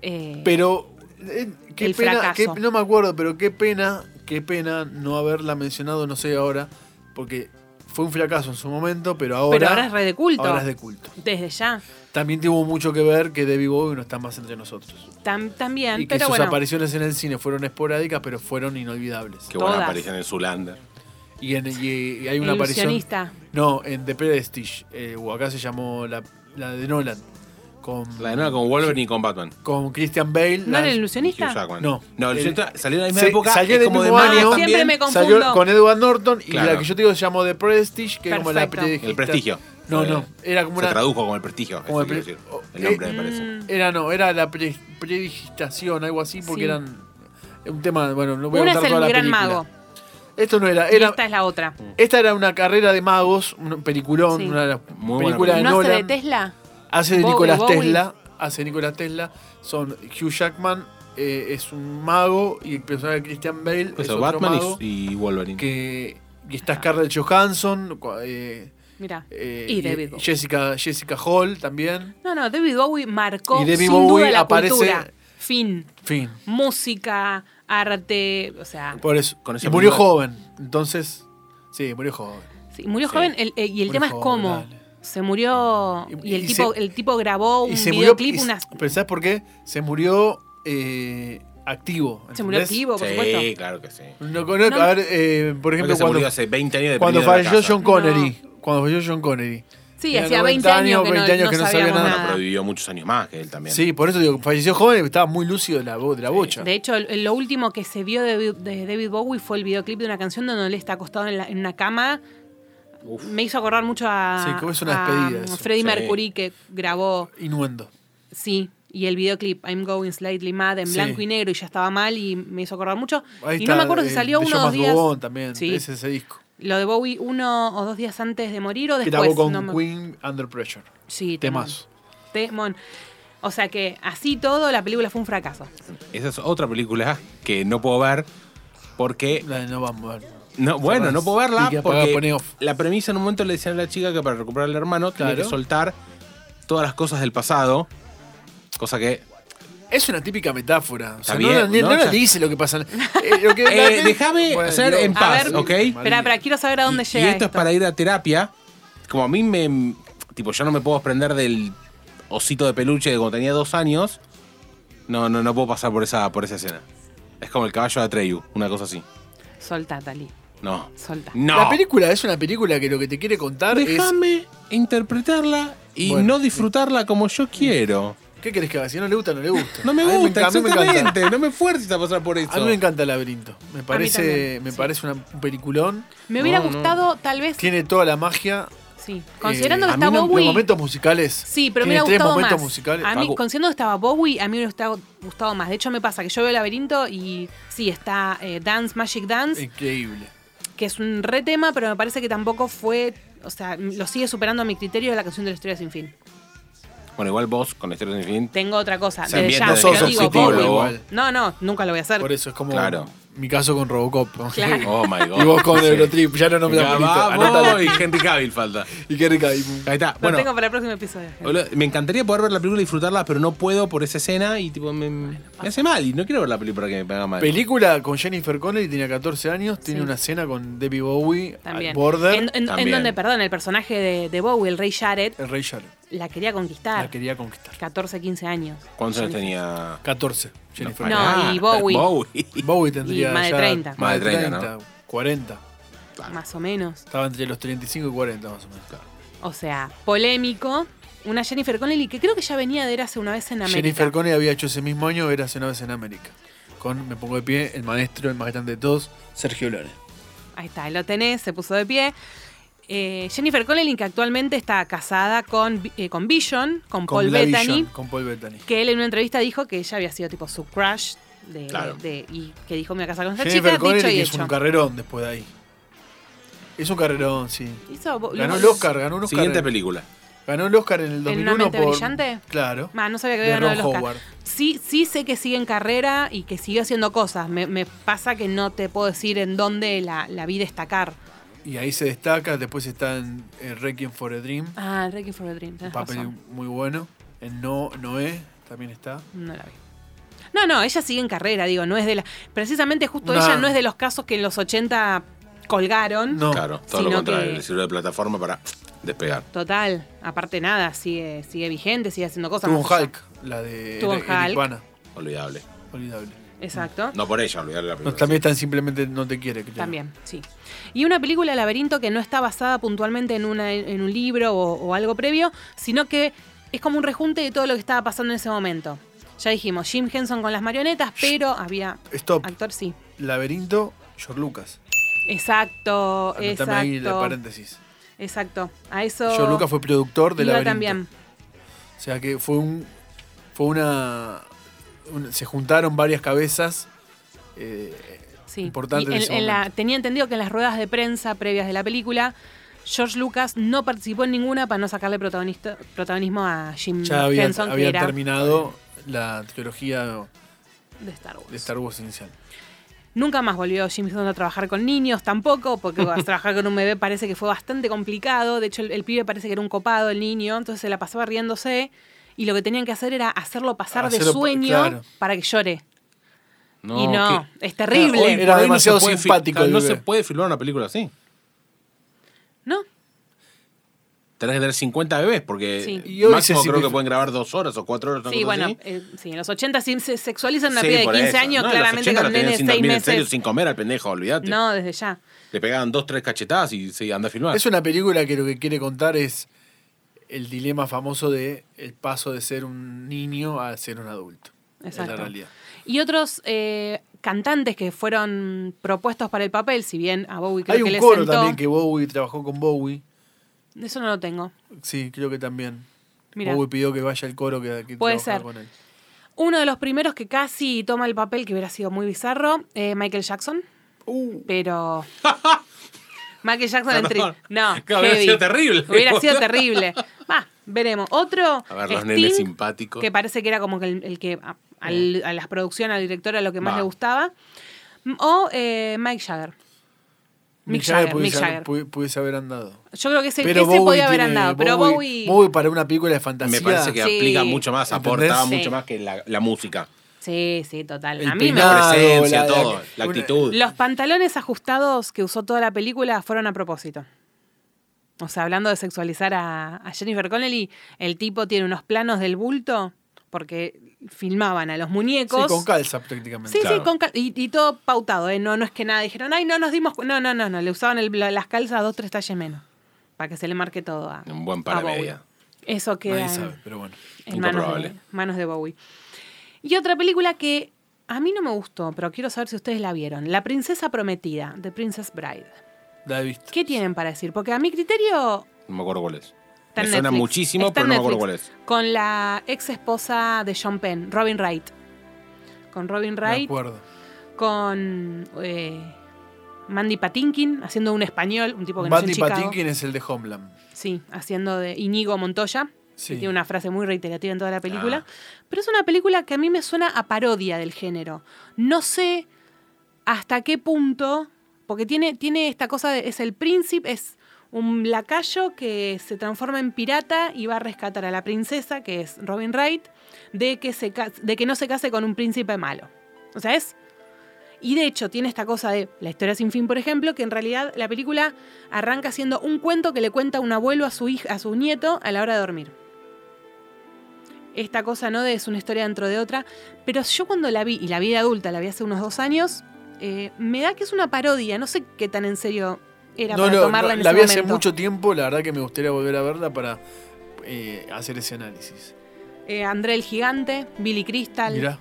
eh, Pero eh, qué El pena, fracaso. qué- no me acuerdo, pero qué pena, qué pena no haberla mencionado, no sé ahora, porque fue un fracaso en su momento, pero ahora, pero ahora es red de culto. ahora es de culto. Desde ya. También tuvo mucho que ver que Debbie Bowie no está más entre nosotros. Tam- también, y que pero sus bueno. apariciones en el cine fueron esporádicas, pero fueron inolvidables. Qué buena Todas. aparición en Zulander. Y, en- y- y hay el una aparición. ilusionista. No, en The Prestige, eh, o acá se llamó la, la de Nolan, con, La de nuevo con Wolverine y con Batman. con Christian Bale. ¿No era la- el Y Hugh ilusionista? Jackman. No. No, el El- centro- salió en la misma Se- época. salió es del como de mismo Maniac año. Ah, Siempre también. me confundo. Salió con Edward Norton y Claro. la que yo te digo se llamó The Prestige, que era como la Perfecto. prestigio. El prestigio. No, no, era como Se una. tradujo como el prestigio. Como eso el Eh, quiero pre- decir. El nombre me parece. Mm, Era no, era la pre- predigitación, algo así, porque Sí. eran. eh, Un tema, bueno, no voy a Una es contar toda el la gran película. mago. Esto no era, Y era esta es la otra. esta era una carrera de magos, un peliculón, Sí. una de las Muy buena películas de ¿No hace de Nolan. Tesla? hace de Bowie, Nicolás Bowie. Tesla, hace de Nicolás Tesla, son Hugh Jackman eh, es un mago y el personaje de Christian Bale es Eso, otro Pues Batman y- mago y, Wolverine. que y está Scarlett Johansson, cua- eh, Mira. Eh, y David Bowie. Jessica, Jessica Hall también. No, no, David Bowie marcó Y David sin Bowie duda la aparece- cultura. Fin. Fin. Música, arte, o sea, Por eso. Con ese y murió mundo- joven. Entonces. Sí, murió joven. sí, murió Sí. joven el- eh, y el Murió tema es joven, cómo. dale. Se murió y, Y- el y tipo se- el tipo grabó un y se murió. videoclip, y- unas Pero ¿sabes por qué? Se murió eh, activo. se murió ¿entendés? activo, por supuesto. Sí, claro que sí. No, no, No. A ver, eh, por Creo ejemplo, que se murió cuando, hace 20 años de cuando perdido en la falleció casa. John Connery. Cuando falleció John Connery. Sí, Tenía hacía 20 90 años que no, 20 años no que no sabía sabíamos nada. nada. Ah. Pero vivió muchos años más que él también. Sí, por eso digo, falleció joven, estaba muy lúcido de la, voz- de la bocha. De hecho, el- lo último que se vio de, de David Bowie fue el videoclip de una canción donde él está acostado en, la- en una cama. Me hizo acordar mucho a, Sí, como es una a, despedida um, eso. Freddie Sí. Mercury que grabó, Inuendo. sí, y el videoclip I'm Going Slightly Mad en Sí. blanco y negro y ya estaba mal y me hizo acordar mucho. Ahí y está, no me acuerdo si eh, salió de uno o dos Jomas días. Gobón también, Sí. es ese disco. Lo de Bowie uno o dos días antes de morir o que después. grabó con no me- Queen Under Pressure. Sí, temón. Temas. Temón. O sea que así todo la película fue un fracaso. Esa es otra película que no puedo ver porque La de no vamos a ver. No, bueno, Cerrás. no puedo verla Y que apaga, porque pone off. la premisa en un momento le decían a la chica que para recuperar al hermano tenía que Claro. soltar todas las cosas del pasado, cosa que Es una típica metáfora. O Está sea, bien, no, le- ¿no? no le Ya- dice lo que pasa. Eh, lo que- la- Eh, déjame hacer en A paz, ver, ¿ok? Espera, espera, quiero saber a dónde y, llega. y esto, es para ir a terapia, como a mí me tipo yo no me puedo desprender del osito de peluche de cuando tenía dos años, no no no puedo pasar por esa por esa escena. Es como el caballo de Atreyu, una cosa así. Soltá, Tali. No. Soltá. No. La película es una película que lo que te quiere contar Déjame interpretarla y Bueno. no disfrutarla como yo quiero. es. ¿Qué querés que haga? Si no le gusta, no le gusta. No me A mí gusta, enca- a mí me exactamente. encanta. No me fuerces a pasar por eso. A mí me encanta el laberinto. Me parece, también, me sí. parece una- un peliculón. Me hubiera No, no. gustado, tal vez. Tiene toda la magia. Sí. Considerando Eh, que a mí está no- Bowie. Los momentos musicales. Sí, pero me tiene hubiera tres gustado momentos más. musicales. A mí, Facu. considerando que estaba Bowie, a mí me hubiera gustado- gustado más. De hecho, me pasa que yo veo Laberinto y sí, está eh, Dance, Magic Dance, Increíble. que es un re tema, pero me parece que tampoco fue. O sea, m- lo sigue superando a mi criterio de la canción de la historia sin fin. Bueno, igual vos con Estero Sin Fin. Tengo otra cosa. Se Desde ambienta ya, desde pero que sos digo, positivo, Bowie. vos. No, no, nunca lo voy a hacer. Por eso es como. Claro. mi caso con Robocop. ¿no? Claro. Oh my god. Y vos con Sí. Eurotrip, ya no Ya, nombramos. listo, vamos, anótalo. y Henry Cavill falta. Y qué rica. y- Ahí está. Lo Bueno, tengo para el próximo episodio. boludo, me encantaría poder ver la película y disfrutarla, pero no puedo por esa escena y tipo me, me hace mal. Y no quiero ver la película que me haga mal. Película con Jennifer Connelly, tenía 14 años, tiene Sí. una cena con Debbie Bowie, También. al border, En, en- en También. donde, perdón, el personaje de, de Bowie, el Rey Jared, el Rey Charles. la quería conquistar. La quería conquistar. 14, 15 años. ¿Cuántos años Jennifer. tenía? 14, Jennifer. No, y Bowie. Bowie Y tendría más de ya 30. Más de 30, 40. Más o menos. Estaba entre los 35 y 40 más o menos. O sea, polémico. Una Jennifer Connelly que creo que ya venía de Érase una vez en América. Jennifer Connelly había hecho ese mismo año Eras una vez en América. Con, me pongo de pie, el maestro, el más grande de todos, Sergio Lone. Ahí está, lo tenés, se puso de pie. Eh, Jennifer Connelly, que actualmente está casada con, Vi- eh, con Vision, con, Paul La Bettany, Vision, Con Paul Bettany. que él en una entrevista dijo que ella había sido tipo su crush de, Claro. de- y que dijo me voy a casar con esta Jennifer chica, Connelly dicho y que es hecho. un carrerón después de ahí. Es un carrerón, sí. Hizo bo- Ganó lo- el Oscar, ganó un Oscar. Siguiente en- película. Ganó el Oscar en el ¿En 2001 Una mente por... brillante? Claro. Ma, no sabía que de había ganado el Ron Oscar. Howard. Sí, sí sé que sigue en carrera y que sigue haciendo cosas. Me, me pasa que no te puedo decir en dónde la, la vi destacar. Y ahí se destaca, después está en eh, Requiem for a Dream, Ah, Requiem for a Dream, un tenés papel razón. muy bueno. En No, Noé también está. No la vi. No, no, ella sigue en carrera, digo, no es de la. Precisamente justo No. ella no es de los casos que en los 80 colgaron. No. Claro, todo Sino lo contrario. que- Le sirvió de plataforma para despegar. Total, aparte nada, sigue, sigue vigente, sigue haciendo cosas. Tuvo un más allá. Hulk, la de Tuvo un Eric Hulk. Bana. Olvidable. Olvidable. Exacto. No por ella, olvidable la No, película. también están simplemente No te quiere, creo. También, sí. Y una película Laberinto que no está basada puntualmente en, una, en un libro o, o algo previo, sino que es como un rejunte de todo lo que estaba pasando en ese momento. Ya dijimos, Jim Henson con las marionetas, pero había Stop. actor, sí. Laberinto, George Lucas. Exacto, Anotame ahí la exacto. paréntesis. Exacto. A eso. George Lucas fue productor de iba Laberinto. también. O sea que fue un. Fue una. un- se juntaron varias cabezas. eh, Sí. Importante Y en en- ese en la- momento. tenía entendido que en las ruedas de prensa previas de la película, George Lucas no participó en ninguna para no sacarle protagonista- protagonismo a Jim ya había, Henson, había Mm, que era terminado la trilogía de Star Wars. de Star Wars inicial. Nunca más volvió Jim Henson a trabajar con niños tampoco, porque bueno, trabajar con un bebé parece que fue bastante complicado. De hecho, el, el pibe parece que era un copado, el niño, entonces se la pasaba riéndose. Y lo que tenían que hacer era hacerlo pasar de Hacerlo pa- sueño claro. para que llore. y no, que- es terrible. Claro, hoy- Era Por ahí demasiado se puede fi- simpático el No bebé. se puede filmar una película así. ¿No? Tenés que tener 50 bebés porque Sí. Y hoy máximo se creo que simplifi- pueden grabar dos horas o cuatro horas. una Sí, cosa bueno, así. eh, sí, en los 80 sí se sexualizan una Sí, piba por de 15 eso. años, No, en los claramente 80 con la tenían nene de sin dormir 6 en serio, meses. sin comer al pendejo, olvidate. No, desde ya. Le pegaban dos, tres cachetadas y se anda a filmar. Es una película que lo que quiere contar es el dilema famoso de el paso de ser un niño a ser un adulto. Es Exacto. la realidad. Y otros eh, cantantes que fueron propuestos para el papel, si bien a Bowie creo Hay que un le coro sentó. también que Bowie trabajó con Bowie. Eso no lo tengo. Sí, creo que también. Mira. Bowie pidió que vaya el coro que, que Puede trabajaba ser. con él. Uno de los primeros que casi toma el papel, que hubiera sido muy bizarro, eh, Michael Jackson. Uh. Pero. Michael Jackson en tri- Perdón. No, Claro, hubiera heavy. sido terrible. Hubiera sido terrible. Va, veremos. Otro. a ver, los Sting, nenes simpáticos. Que parece que era como que el, el que a, al- a las producciones, al director, era lo que más Va. le gustaba. O eh, Mike Jagger. Mick Jagger, Mick pudiese, Jagger. pu- pudiese haber andado. Yo creo que ese, Pero ese Bowie podía haber tiene- andado, pero Bowie. Bowie para una película de fantasía. Me parece que Sí. aplica mucho más, aporta ¿Entendés? mucho Sí. más que la, la música. Sí, sí, total. El a mí me peinado, la presencia, Ah, la- la- todo, la, una- actitud. Los pantalones ajustados que usó toda la película fueron a propósito. O sea, hablando de sexualizar a, a Jennifer Connelly, el tipo tiene unos planos del bulto porque filmaban a los muñecos. Sí, con calza prácticamente. Sí, sí, Claro. con cal- y, y todo pautado, ¿eh? No, no es que nada. Dijeron, ay, no nos dimos. cu-". No, no, no, no. Le usaban el- la- las calzas dos, tres talles menos. Para que se le marque todo a. Un buen par a de Bowie. media. Eso queda. Nadie en- sabe, pero bueno. en Nunca manos de, probable. manos de Bowie. Y otra película que a mí no me gustó, pero quiero saber si ustedes la vieron. La Princesa Prometida, The Princess Bride. La he visto. ¿Qué tienen para decir? Porque a mi criterio... No me acuerdo cuál es. está Me en suena Netflix. muchísimo, Está pero en no me acuerdo cuál Netflix, es. Con la ex esposa de Sean Penn, Robin Wright. Con Robin Me Wright, acuerdo. con eh, Mandy Patinkin, haciendo un español, un tipo que nació Mandy en Chicago. Patinkin es el de Homeland. Sí, haciendo de Inigo Montoya, Sí. Ah. que tiene una frase muy reiterativa en toda la película. Pero es una película que a mí me suena a parodia del género. No sé hasta qué punto, porque tiene, tiene esta cosa, de, es el príncipe, es un lacayo que se transforma en pirata y va a rescatar a la princesa, que es Robin Wright, de que, se, ca- de que no se case con un príncipe malo. O sea, es... Y de hecho tiene esta cosa de La historia sin fin, por ejemplo, que en realidad la película arranca siendo un cuento que le cuenta un abuelo a su, hija, a su nieto a la hora de dormir. Esta cosa, ¿no? De es una historia dentro de otra. Pero yo cuando la vi, y la vi de adulta, la vi hace unos dos años, eh, me da que es una parodia. No sé qué tan en serio era No, para no, tomarla no, en la ese vi hace momento. mucho tiempo, la verdad que me gustaría volver a verla para eh, hacer ese análisis. Eh, André el Gigante, Billy Crystal. Mirá,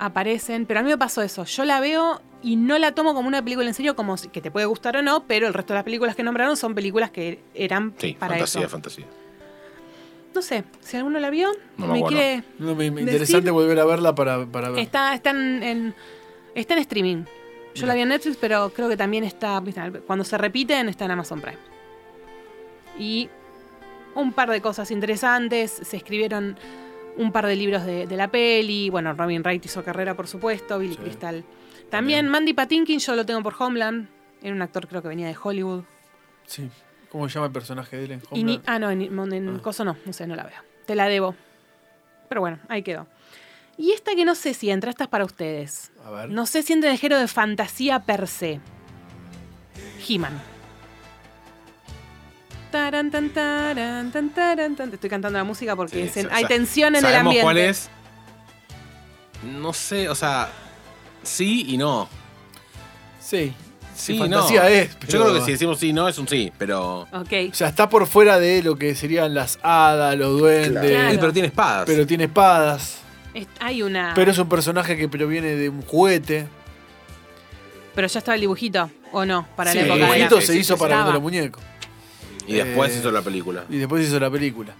aparecen, pero a mí me pasó eso. Yo la veo y no la tomo como una película en serio, como si- que te puede gustar o no, pero el resto de las películas que nombraron son películas que eran Sí, para fantasía, eso. fantasía. No sé, si alguno la vio, No me me, acuerdo. quiere. no, me- me- Decir- interesante volver a verla para, para ver. Está, está en, en- está en streaming. Yo Mirá. la vi en Netflix, pero creo que también está. Cuando se repiten, está en Amazon Prime. Y un par de cosas interesantes. Se escribieron un par de libros de, de la peli. Bueno, Robin Wright hizo carrera, por supuesto. Billy Sí. Crystal. También, Mandy Patinkin, yo lo tengo por Homeland. Era un actor, creo que venía de Hollywood. Sí. ¿Cómo se llama el personaje de él en Y ni- Homeland? ah, no, en, en- en Ah. Coso no, no sé, no la veo. Te la debo. Pero bueno, ahí quedó. Y esta que no sé si entra, esta es para ustedes. A ver. No sé si entra en el género de fantasía per se. He-Man. Taran, tan, taran, tan, taran, tan. Te Estoy cantando la música porque Sí, dicen, sa- hay sa- tensión en el ¿Sabemos ambiente. cuál es? No sé, o sea, sí y no. Sí. Sí, Sí, y no. fantasía es, Yo pero- creo que si decimos sí y no, es un sí, pero. Ok. O sea, está por fuera de lo que serían las hadas, los duendes, Claro. Él, pero tiene espadas. pero tiene espadas. Es- Hay una. Pero Pero... es un personaje que proviene de un juguete. ya estaba el dibujito, ¿o no? Para Sí, la el época. dibujito de juguito la- sí, se sí, hizo sí, para estaba. vender los muñecos. y después eh, hizo la película. Y después hizo la película.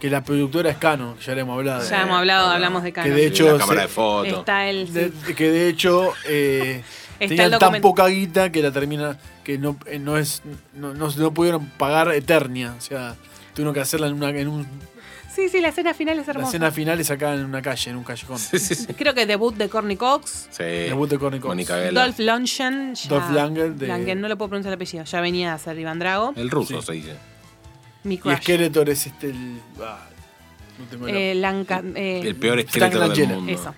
Que la productora es Cano, ya le hemos hablado. Ya hemos hablado, Ah, hablamos de Canon. de hecho, la cámara se- de fotos. Está el. sí. De- que de hecho eh, Está tenían el tan documento. poca guita que la termina que no, eh, no es no, no- no pudieron pagar Eternia o sea tuvieron que hacerla en una en un, Sí, sí, la escena final es la hermosa. escena final es acá en una calle en un callejón Sí, sí, sí. Creo que debut de Corny Cox. Sí. debut de Courtney Cox. Mónica Geller. Dolph Lundgren. ya- Dolph Lundgren de- Lundgren, no lo puedo pronunciar el apellido. Ya venía a ser Iván Drago. El ruso Sí. se dice. Mi y crush. Skeletor es este el, ah, no tengo el Eh, nombre. Lanca- eh, El peor Frank esqueleto del Langella. mundo. Eso.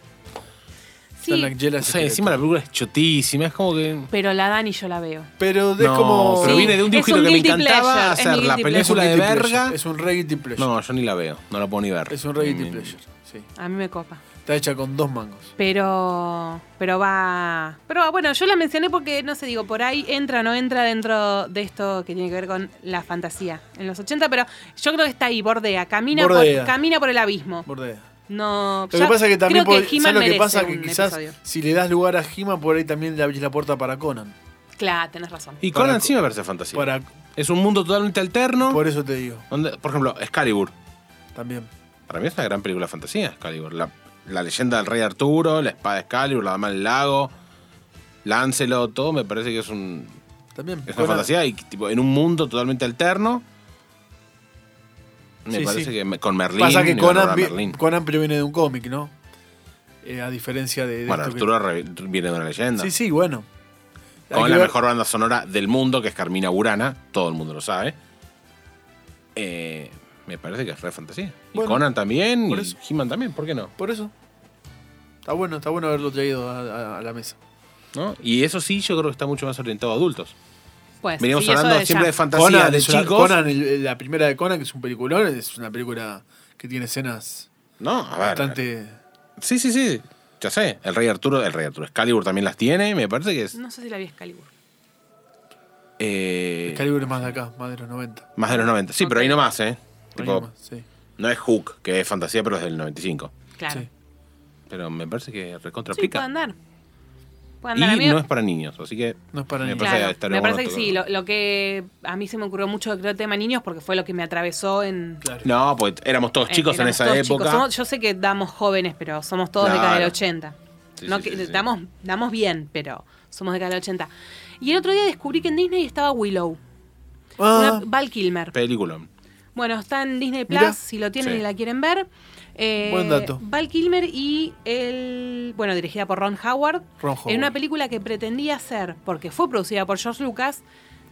Stan Sí, Langella O es sea, Skeletor. encima la película es chotísima, es como que. pero la Dani yo la veo. pero es No, como pero Sí, viene de un es dibujito un que me guilty pleasure, encantaba es hacer mi la guilty pleasure. es un película de guilty pleasure, verga. es un reggae pleasure No, yo ni la veo, no la puedo ni ver. es un reggae Mm, pleasure sí. A mí me copa. está hecha con dos mangos Pero, pero va. Pero va, bueno, yo la mencioné porque, no sé, digo, por ahí entra o no entra dentro de esto que tiene que ver con la fantasía en los 80, pero yo creo que está ahí, bordea, camina, Bordea. Por, camina por el abismo. bordea No, Lo ya que pasa es que también creo pod- que He-Man ¿sabes lo que merece pasa que un quizás episodio. si le das lugar a He-Man por ahí también le abrís la puerta para Conan. Claro, tenés razón. Y Conan Para- sí me parece fantasía. Para, Es un mundo totalmente alterno. por eso te digo, donde- por ejemplo, Excalibur. también. Para mí es una gran película de fantasía, Excalibur. La, la leyenda del rey Arturo, la espada de Excalibur, la dama del lago, Lancelot, todo me parece que es, un, También. es una Conan. fantasía y tipo, en un mundo totalmente alterno. Me Sí, parece sí. que me- con Merlín. Pasa que ni van a Conan, nombrar vi- Merlín. Conan proviene de un cómic, ¿no? Eh, a diferencia de. de Bueno, esto que- Arturo re- viene de una leyenda. Sí, sí, bueno. Hay con que la ver- mejor banda sonora del mundo, que es Carmina Burana, todo el mundo lo sabe. Eh, me parece que es re fantasía. Bueno, y Conan también, por y eso. He-Man también, ¿por qué no? Por eso. Está bueno, está bueno haberlo traído a, a- a la mesa. ¿No? Y eso sí, yo creo que está mucho más orientado a adultos. Pues, Veníamos sí, eso hablando de siempre ya. de fantasía de es una- chicos. Conan, el- el- la primera de Conan, que es un peliculón, es una película que tiene escenas No, a ver. eh, bastante. Sí, sí, sí. Ya sé. El Rey Arturo, el Rey Arturo. Excalibur también las tiene. Me parece que es. No sé si la vi Excalibur. eh, Excalibur es más de acá, más de los 90. más de los 90. Sí, pero ahí nomás, ¿eh? Tipo, Ahí nomás, sí. no es Hook, que es fantasía, pero es del 95. Claro. Sí. Pero me parece que recontra Sí, aplica. puede andar. Puede andar a mí. y no es para niños, así que. No es para me niños. parece que Claro, estaría me bueno parece que sí. tocarlo. Lo, lo que a mí se me ocurrió mucho, creo, tema niños, porque fue lo que me atravesó en. Claro. No, pues éramos todos eh, chicos en éramos esa todos época. chicos. Somos- yo sé que damos jóvenes, pero somos todos de década del Claro. 80. Sí, no sí, que- sí, sí. Damos, damos bien, pero somos de década del 80. Y el otro día descubrí que en Disney estaba Willow. Ah, una- Val Kilmer. Película. Bueno, está en Disney Plus, Mirá. si lo tienen Sí. y la quieren ver. Eh, Buen dato. Val Kilmer y el. Bueno, dirigida por Ron Howard. Ron En una Howard. película que pretendía ser, porque fue producida por George Lucas,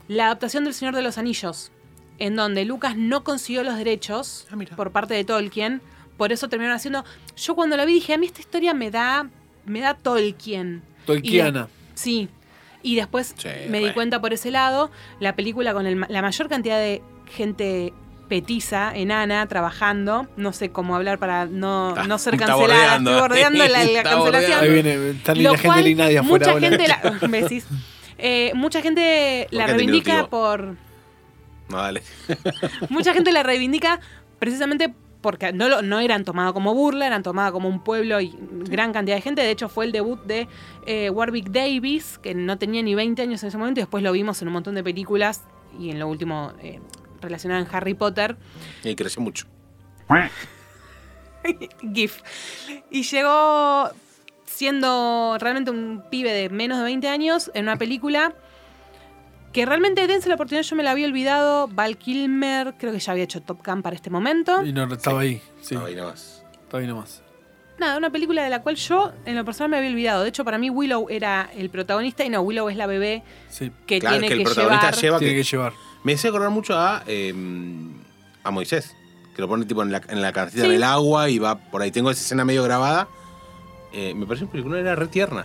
la adaptación del Señor de los Anillos. En donde Lucas no consiguió los derechos Ah, mira. por parte de Tolkien. Por eso terminaron haciendo. Yo cuando la vi dije, a mí esta historia me da. Me da Tolkien. Tolkiana. Y- sí. Y después Sí, me di re. cuenta por ese lado, la película con el ma- la mayor cantidad de gente petiza, enana, trabajando. No sé cómo hablar para no, Está- no ser Ah, está cancelada. bordeando. Estoy bordeando la, la Está cancelación. bordeando. Ahí viene, eh, está la Lo gente cual, de Linadia afuera. Mucha ahora. gente la, ¿Ves? Eh, mucha gente la Porque es reivindica diminutivo. por. No, dale. Mucha gente la reivindica precisamente porque no, lo- no eran tomado como burla, eran tomada como un pueblo y gran cantidad de gente. De hecho, fue el debut de eh, Warwick Davis, que no tenía ni 20 años en ese momento, y después lo vimos en un montón de películas y en lo último eh, relacionado en Harry Potter. Y creció mucho. GIF. Y llegó siendo realmente un pibe de menos de 20 años en una película que realmente dense la oportunidad, yo me la había olvidado. Val Kilmer, creo que ya había hecho Top Gun para este momento. Y no, estaba ahí. Sí, No, y no más. estaba ahí nomás. Nada, una película de la cual yo en lo personal me había olvidado. De hecho, para mí Willow era el protagonista y no, Willow es la bebé Sí. que Claro, tiene que que, el protagonista llevar. lleva Tiene que que llevar. Me hice acordar mucho a, eh, a Moisés, que lo pone tipo en la, en la canastita Sí. del agua y va por ahí. Tengo esa escena medio grabada. Eh, me parece que película era re tierna.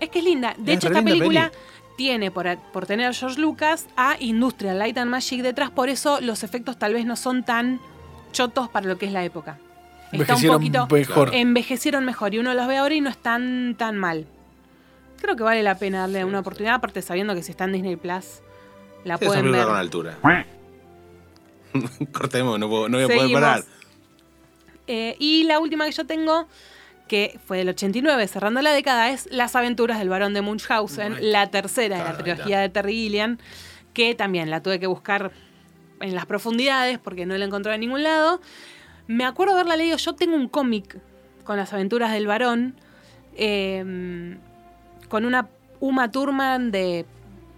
Es que es linda. De Es hecho, re esta linda película tiene, por, a- por tener a George Lucas, a Industrial Light and Magic detrás. Por eso los efectos tal vez no son tan chotos para lo que es la época. Está un Envejecieron poquito. mejor. Envejecieron mejor y uno los ve ahora y no están tan mal. Creo que vale la pena darle una oportunidad, aparte sabiendo que si está en Disney Plus, la Sí, es una pueden película ver. con altura. Cortemos, no, puedo- no voy a poder Seguimos. parar. Eh, y la última que yo tengo, que fue del 89, cerrando la década, es Las aventuras del varón de Munchausen, Right. la tercera de Ah, la ahí trilogía está. de Terry Gilliam, que también la tuve que buscar en las profundidades porque no la encontré en ningún lado. Me acuerdo haberla leído, yo tengo un cómic con Las aventuras del varón, eh, con una Uma Thurman de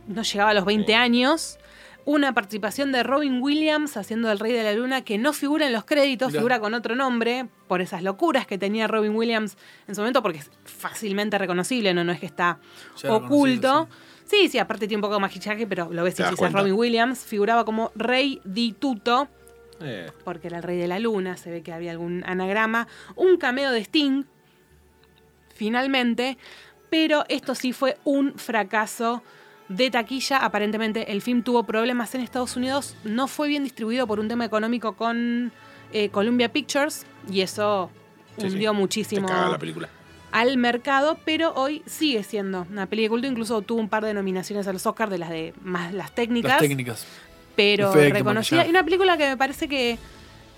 no llegaba a los 20 Sí. años. Una participación de Robin Williams haciendo El Rey de la Luna que no figura en los créditos, Mirá. figura con otro nombre, por esas locuras que tenía Robin Williams en su momento, porque es fácilmente reconocible, no, no es que está Ya lo oculto. Sí. sí, aparte tiene un poco de maquillaje, pero lo ves Te y das dices cuenta. Robin Williams, figuraba como Rey Dituto, Eh, porque era el Rey de la Luna, se ve que había algún anagrama, un cameo de Sting, finalmente, pero esto sí fue un fracaso de taquilla. Aparentemente el film tuvo problemas en Estados Unidos, no fue bien distribuido por un tema económico con eh, Columbia Pictures y eso Sí, sí. hundió te muchísimo caga la película. al mercado, pero hoy sigue siendo una peli de culto, incluso tuvo un par de nominaciones a los Oscars de las de más las técnicas, Las técnicas. pero Efecto, reconocida maquillaje. y una película que me parece que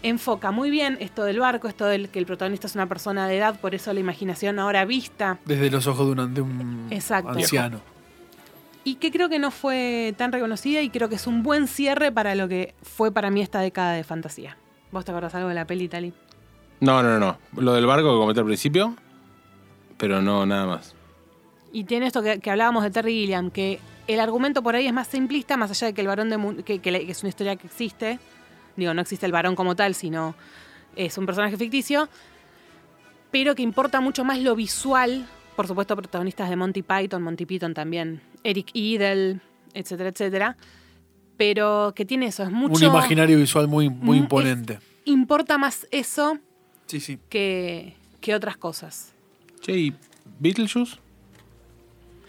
enfoca muy bien esto del barco, esto del que el protagonista es una persona de edad, por eso la imaginación ahora vista Desde los ojos de un, de un Exacto. anciano. y que creo que no fue tan reconocida y creo que es un buen cierre para lo que fue para mí esta década de fantasía. ¿Vos te acordás algo de la peli, Tali? No, no, no, no. Lo del barco que comenté al principio, pero no, nada más. Y tiene esto que, que hablábamos de Terry Gilliam, que el argumento por ahí es más simplista, más allá de que el varón de Mun- que, que la- que es una historia que existe. Digo, no existe el varón como tal, sino es un personaje ficticio, pero que importa mucho más lo visual. Por supuesto, protagonistas de Monty Python, Monty Python también, Eric Idle, etcétera, etcétera. Pero que tiene eso, es mucho. Un imaginario visual muy, muy Mm, es- imponente. Importa más eso Sí, sí. que, que otras cosas. Che, ¿y Beetlejuice?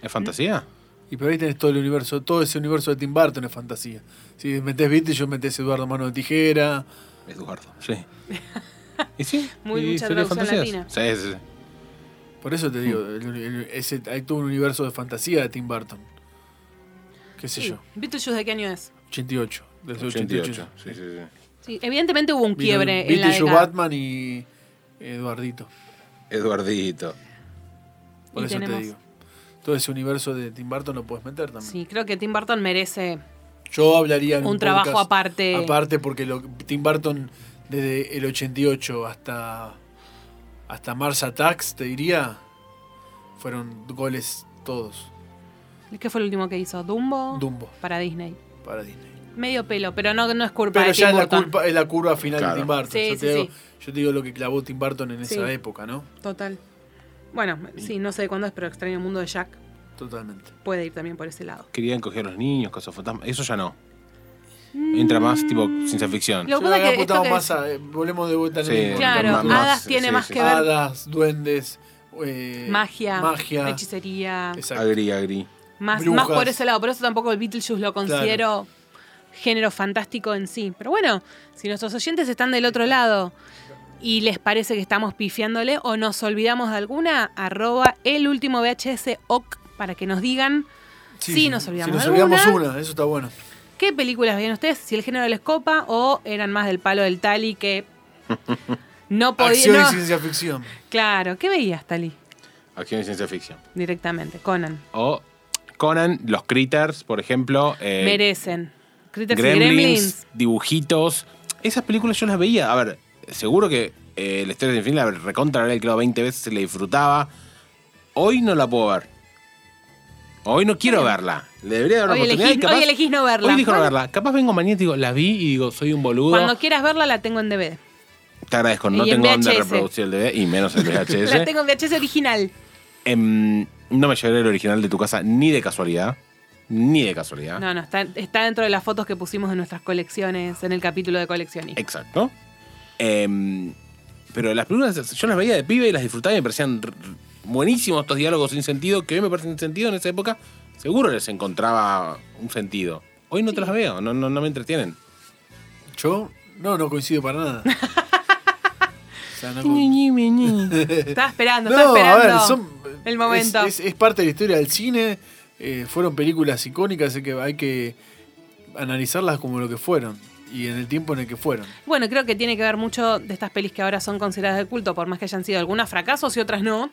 ¿Es fantasía? Y pero ahí tenés todo el universo, todo ese universo de Tim Burton es fantasía. Si metés Beatles, yo metés Eduardo Mano de Tijera. Eduardo, sí. ¿Y sí? Muy ¿Y mucha sería traducción fantasía? latina. Sí, sí, sí. Por eso Hmm. te digo, el- el- ese, hay todo un universo de fantasía de Tim Burton. ¿Qué sé Sí. yo? Beetlejuice, ¿de qué año es? 88. Del 88. 88. Sí, sí, sí. Sí, evidentemente hubo un Vino quiebre en la Beetlejuice, década. Batman y Eduardito. Eduardito. Por Y eso tenemos- te digo. Todo ese universo de Tim Burton lo puedes meter también. Sí, creo que Tim Burton merece. Yo hablaría en Un trabajo podcast aparte. Aparte porque lo- Tim Burton desde el 88 hasta hasta Mars Attacks, te diría, fueron goles todos ¿Qué fue el último que hizo? ¿Dumbo? Dumbo. Para Disney. para Disney. medio pelo, pero no, no es culpa Pero de Tim ya es la, Burton. culpa, es la curva final Claro. de Tim Burton. Sí, yo, sí, te digo, sí. yo te digo lo que clavó Tim Burton en Sí. esa época, ¿no? Total. Bueno, sí, no sé de cuándo es, pero Extraño Mundo de Jack Totalmente. puede ir también por ese lado. Querían coger a los niños, cosas fantasmas. Eso ya no. Entra más tipo ciencia ficción. Mm. Lo- Yo que creo pasa que que esto apuntado que más es- a. eh, volvemos de vuelta en Sí, el mismo Claro, tema. Más- más, hadas tiene sí, más sí, que sí. ver. Hadas, duendes, eh, Magia, magia. hechicería. Exacto. Agri, agri. Más, Brujas. más por ese lado, por eso tampoco el Beetlejuice lo considero género fantástico en sí. Pero bueno, si nuestros oyentes están del otro lado y les parece que estamos pifiándole o nos olvidamos de alguna, arroba el último VHS OC para que nos digan Sí, si sí. nos olvidamos Si nos de alguna. olvidamos una, eso está bueno. ¿Qué películas veían ustedes? Si el género les copa o eran más del palo del Tali que no Acción y podía. no- ciencia ficción. Claro, ¿qué veías, Tali? Acción y ciencia ficción. Directamente, Conan. O Conan, los Critters, por ejemplo. eh, Merecen. Critters y Gremlins, Gremlins. dibujitos. Esas películas yo las veía. A ver, seguro que eh, el Estrella sin Fin la recontra la había alquilado 20 veces y la disfrutaba. Hoy no la puedo ver. Hoy no quiero verla. Le debería dar una Hoy oportunidad. elegís- y capaz- hoy elegís no verla. Hoy elijo no Bueno. verla. Capaz vengo mañana y digo, la vi y digo, soy un boludo. Cuando quieras verla, la tengo en DVD. Te agradezco, no Y en tengo dónde VHS. reproducir el DVD y menos el VHS. La tengo en VHS original. Em, no me llevaré el original de tu casa ni de casualidad. Ni de Ah. casualidad. No, no, está, está dentro de las fotos que pusimos de nuestras colecciones en el capítulo de coleccionistas. Exacto. Em, pero las películas, yo las veía de pibe y las disfrutaba y me parecían r- r- buenísimos estos diálogos sin sentido, que hoy me parecen sin sentido en esa época. Seguro les encontraba un sentido. Hoy no te las veo, no, no, no me entretienen. Yo, no, no coincido para nada. O sea, no- Estaba esperando, No, estaba esperando son- el momento. Es, es- es parte de la historia del cine. eh, fueron películas icónicas, así que hay que analizarlas como lo que fueron y en el tiempo en el que fueron. Bueno, creo que tiene que ver mucho de estas pelis que ahora son consideradas de culto, por más que hayan sido algunas fracasos y otras no.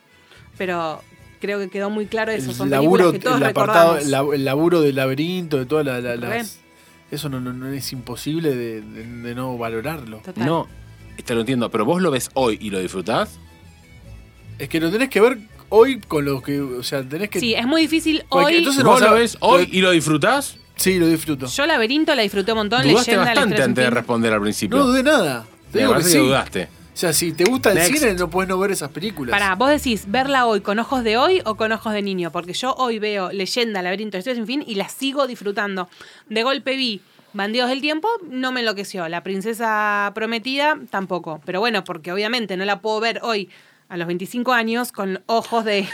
Pero creo que quedó muy claro eso. Son el laburo, películas que todos el apartado, recordamos. el lab- el laburo del laberinto, de todas la- la- Re. las. Eso no, no- no es imposible de, de- de no valorarlo. Total. No, te lo entiendo, pero vos lo ves hoy y lo disfrutás. Es que lo tenés que ver hoy con lo que. O sea, tenés que. Sí, es muy difícil hoy. Cualquier- entonces- Vos no, lo o sea, ves hoy lo- y lo disfrutás. Sí, lo disfruto. Yo Laberinto la disfruté un montón, Dudaste leyenda, la bastante historia antes de sin fin. responder al principio. No dudé nada. Te Me digo que parece que sí. dudaste. O sea, si te gusta el Next. cine, no puedes no ver esas películas. Pará, vos decís verla hoy con ojos de hoy o con ojos de niño, porque yo hoy veo Leyenda, Laberinto, Historia sin fin y la sigo disfrutando. De golpe vi Bandidos del Tiempo, no me enloqueció. La Princesa Prometida tampoco. Pero bueno, porque obviamente no la puedo ver hoy a los 25 años con ojos de,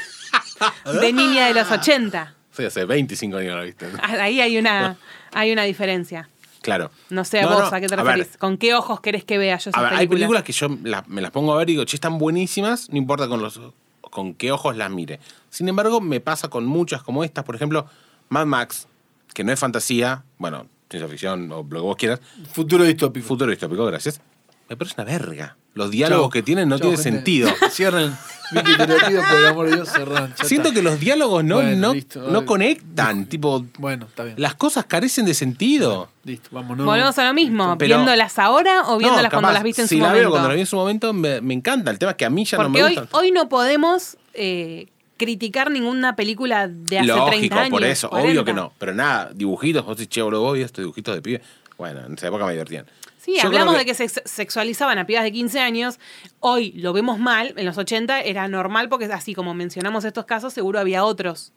de niña de los 80. Sí, hace 25 años que lo viste. Ahí hay una, hay una diferencia. Claro. No sé a vos a qué te ver, referís. ¿Con qué ojos querés que vea yo esas A ver, hay películas? películas que yo la- me las pongo a ver y digo, che, están buenísimas, no importa con, los, con qué ojos las mire. Sin embargo, me pasa con muchas como estas, por ejemplo, Mad Max, que no es fantasía, bueno, ciencia ficción o lo que vos quieras, Futuro distópico. futuro distópico, gracias. Me parece una verga. Los diálogos que tienen no tienen tiene sentido. Cierren. Vicky, te lo pido, por el amor de Dios, cerran. Ya Siento está. que los diálogos no, Bueno, no, listo, no dale. conectan, tipo, Bueno, está bien. las cosas carecen de sentido. Listo, vámonos. Volvemos a lo mismo, Pero- viéndolas ahora o viéndolas No, cuando capaz, las viste en si su la momento. veo cuando la vi en su momento, me, me encanta. El tema es que a mí ya no Porque me hoy, gustan. hoy no podemos eh, criticar ninguna película de hace Lógico, 30 años. por eso, 40. obvio que no. Pero nada, dibujitos, vos decís, che, boludo, vos y estos dibujitos de pibe. Bueno, en esa época me divertían. Sí, Yo hablamos creo de que se sexualizaban a pibas de 15 años. Hoy lo vemos mal, en los 80 era normal porque así como mencionamos estos casos, seguro había otros.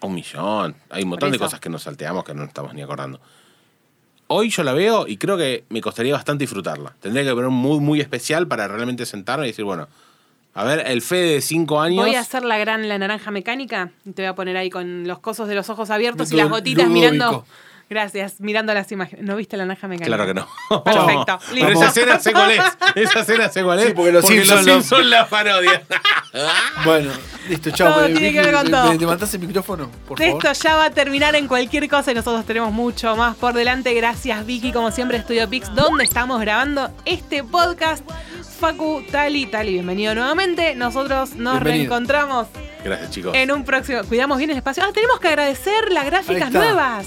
Un millón. Hay un montón Por de eso. cosas que nos salteamos que no nos estamos ni acordando. Hoy yo la veo y creo que me costaría bastante disfrutarla. Tendría que poner un mood muy especial para realmente sentarme y decir, bueno, a ver, el Fede de 5 años. Voy a hacer la gran la naranja mecánica y te voy a poner ahí con los cosos de los ojos abiertos y Ludo- las gotitas Ludovico. mirando. Gracias, mirando las imágenes. ¿No viste la naranja mecánica? Claro que no. Perfecto, Pero listo. esa escena sé cuál es. Esa escena sé cuál es. Sí, porque los Simpson lo- Simpson la parodian. Bueno, listo, chao. Todo eh, tiene que ver con ¿me- todo. ¿Me levantás el micrófono, por favor? Esto ya va a terminar en cualquier cosa y nosotros tenemos mucho más por delante. Gracias Vicky, como siempre, Estudio Pix, donde estamos grabando este podcast. Facu, Tali, Tali, bienvenido nuevamente. Nosotros nos Bienvenido. reencontramos Gracias, chicos. en un próximo. Cuidamos bien el espacio. Ah, tenemos que agradecer las Ahí gráficas está. nuevas.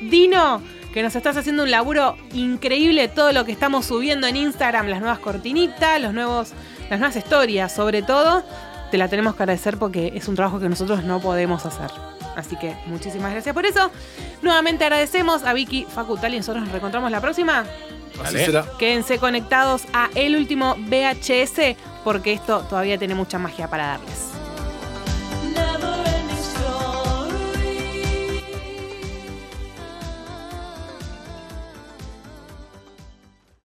Dino, que nos estás haciendo un laburo increíble todo lo que estamos subiendo en Instagram, las nuevas cortinitas, los nuevos, las nuevas historias, sobre todo. Te la tenemos que agradecer porque es un trabajo que nosotros no podemos hacer. Así que muchísimas gracias por eso. Nuevamente agradecemos a Vicky Facultal y nosotros nos reencontramos la próxima. Así Dale. será. Quédense conectados a el último VHS porque esto todavía tiene mucha magia para darles.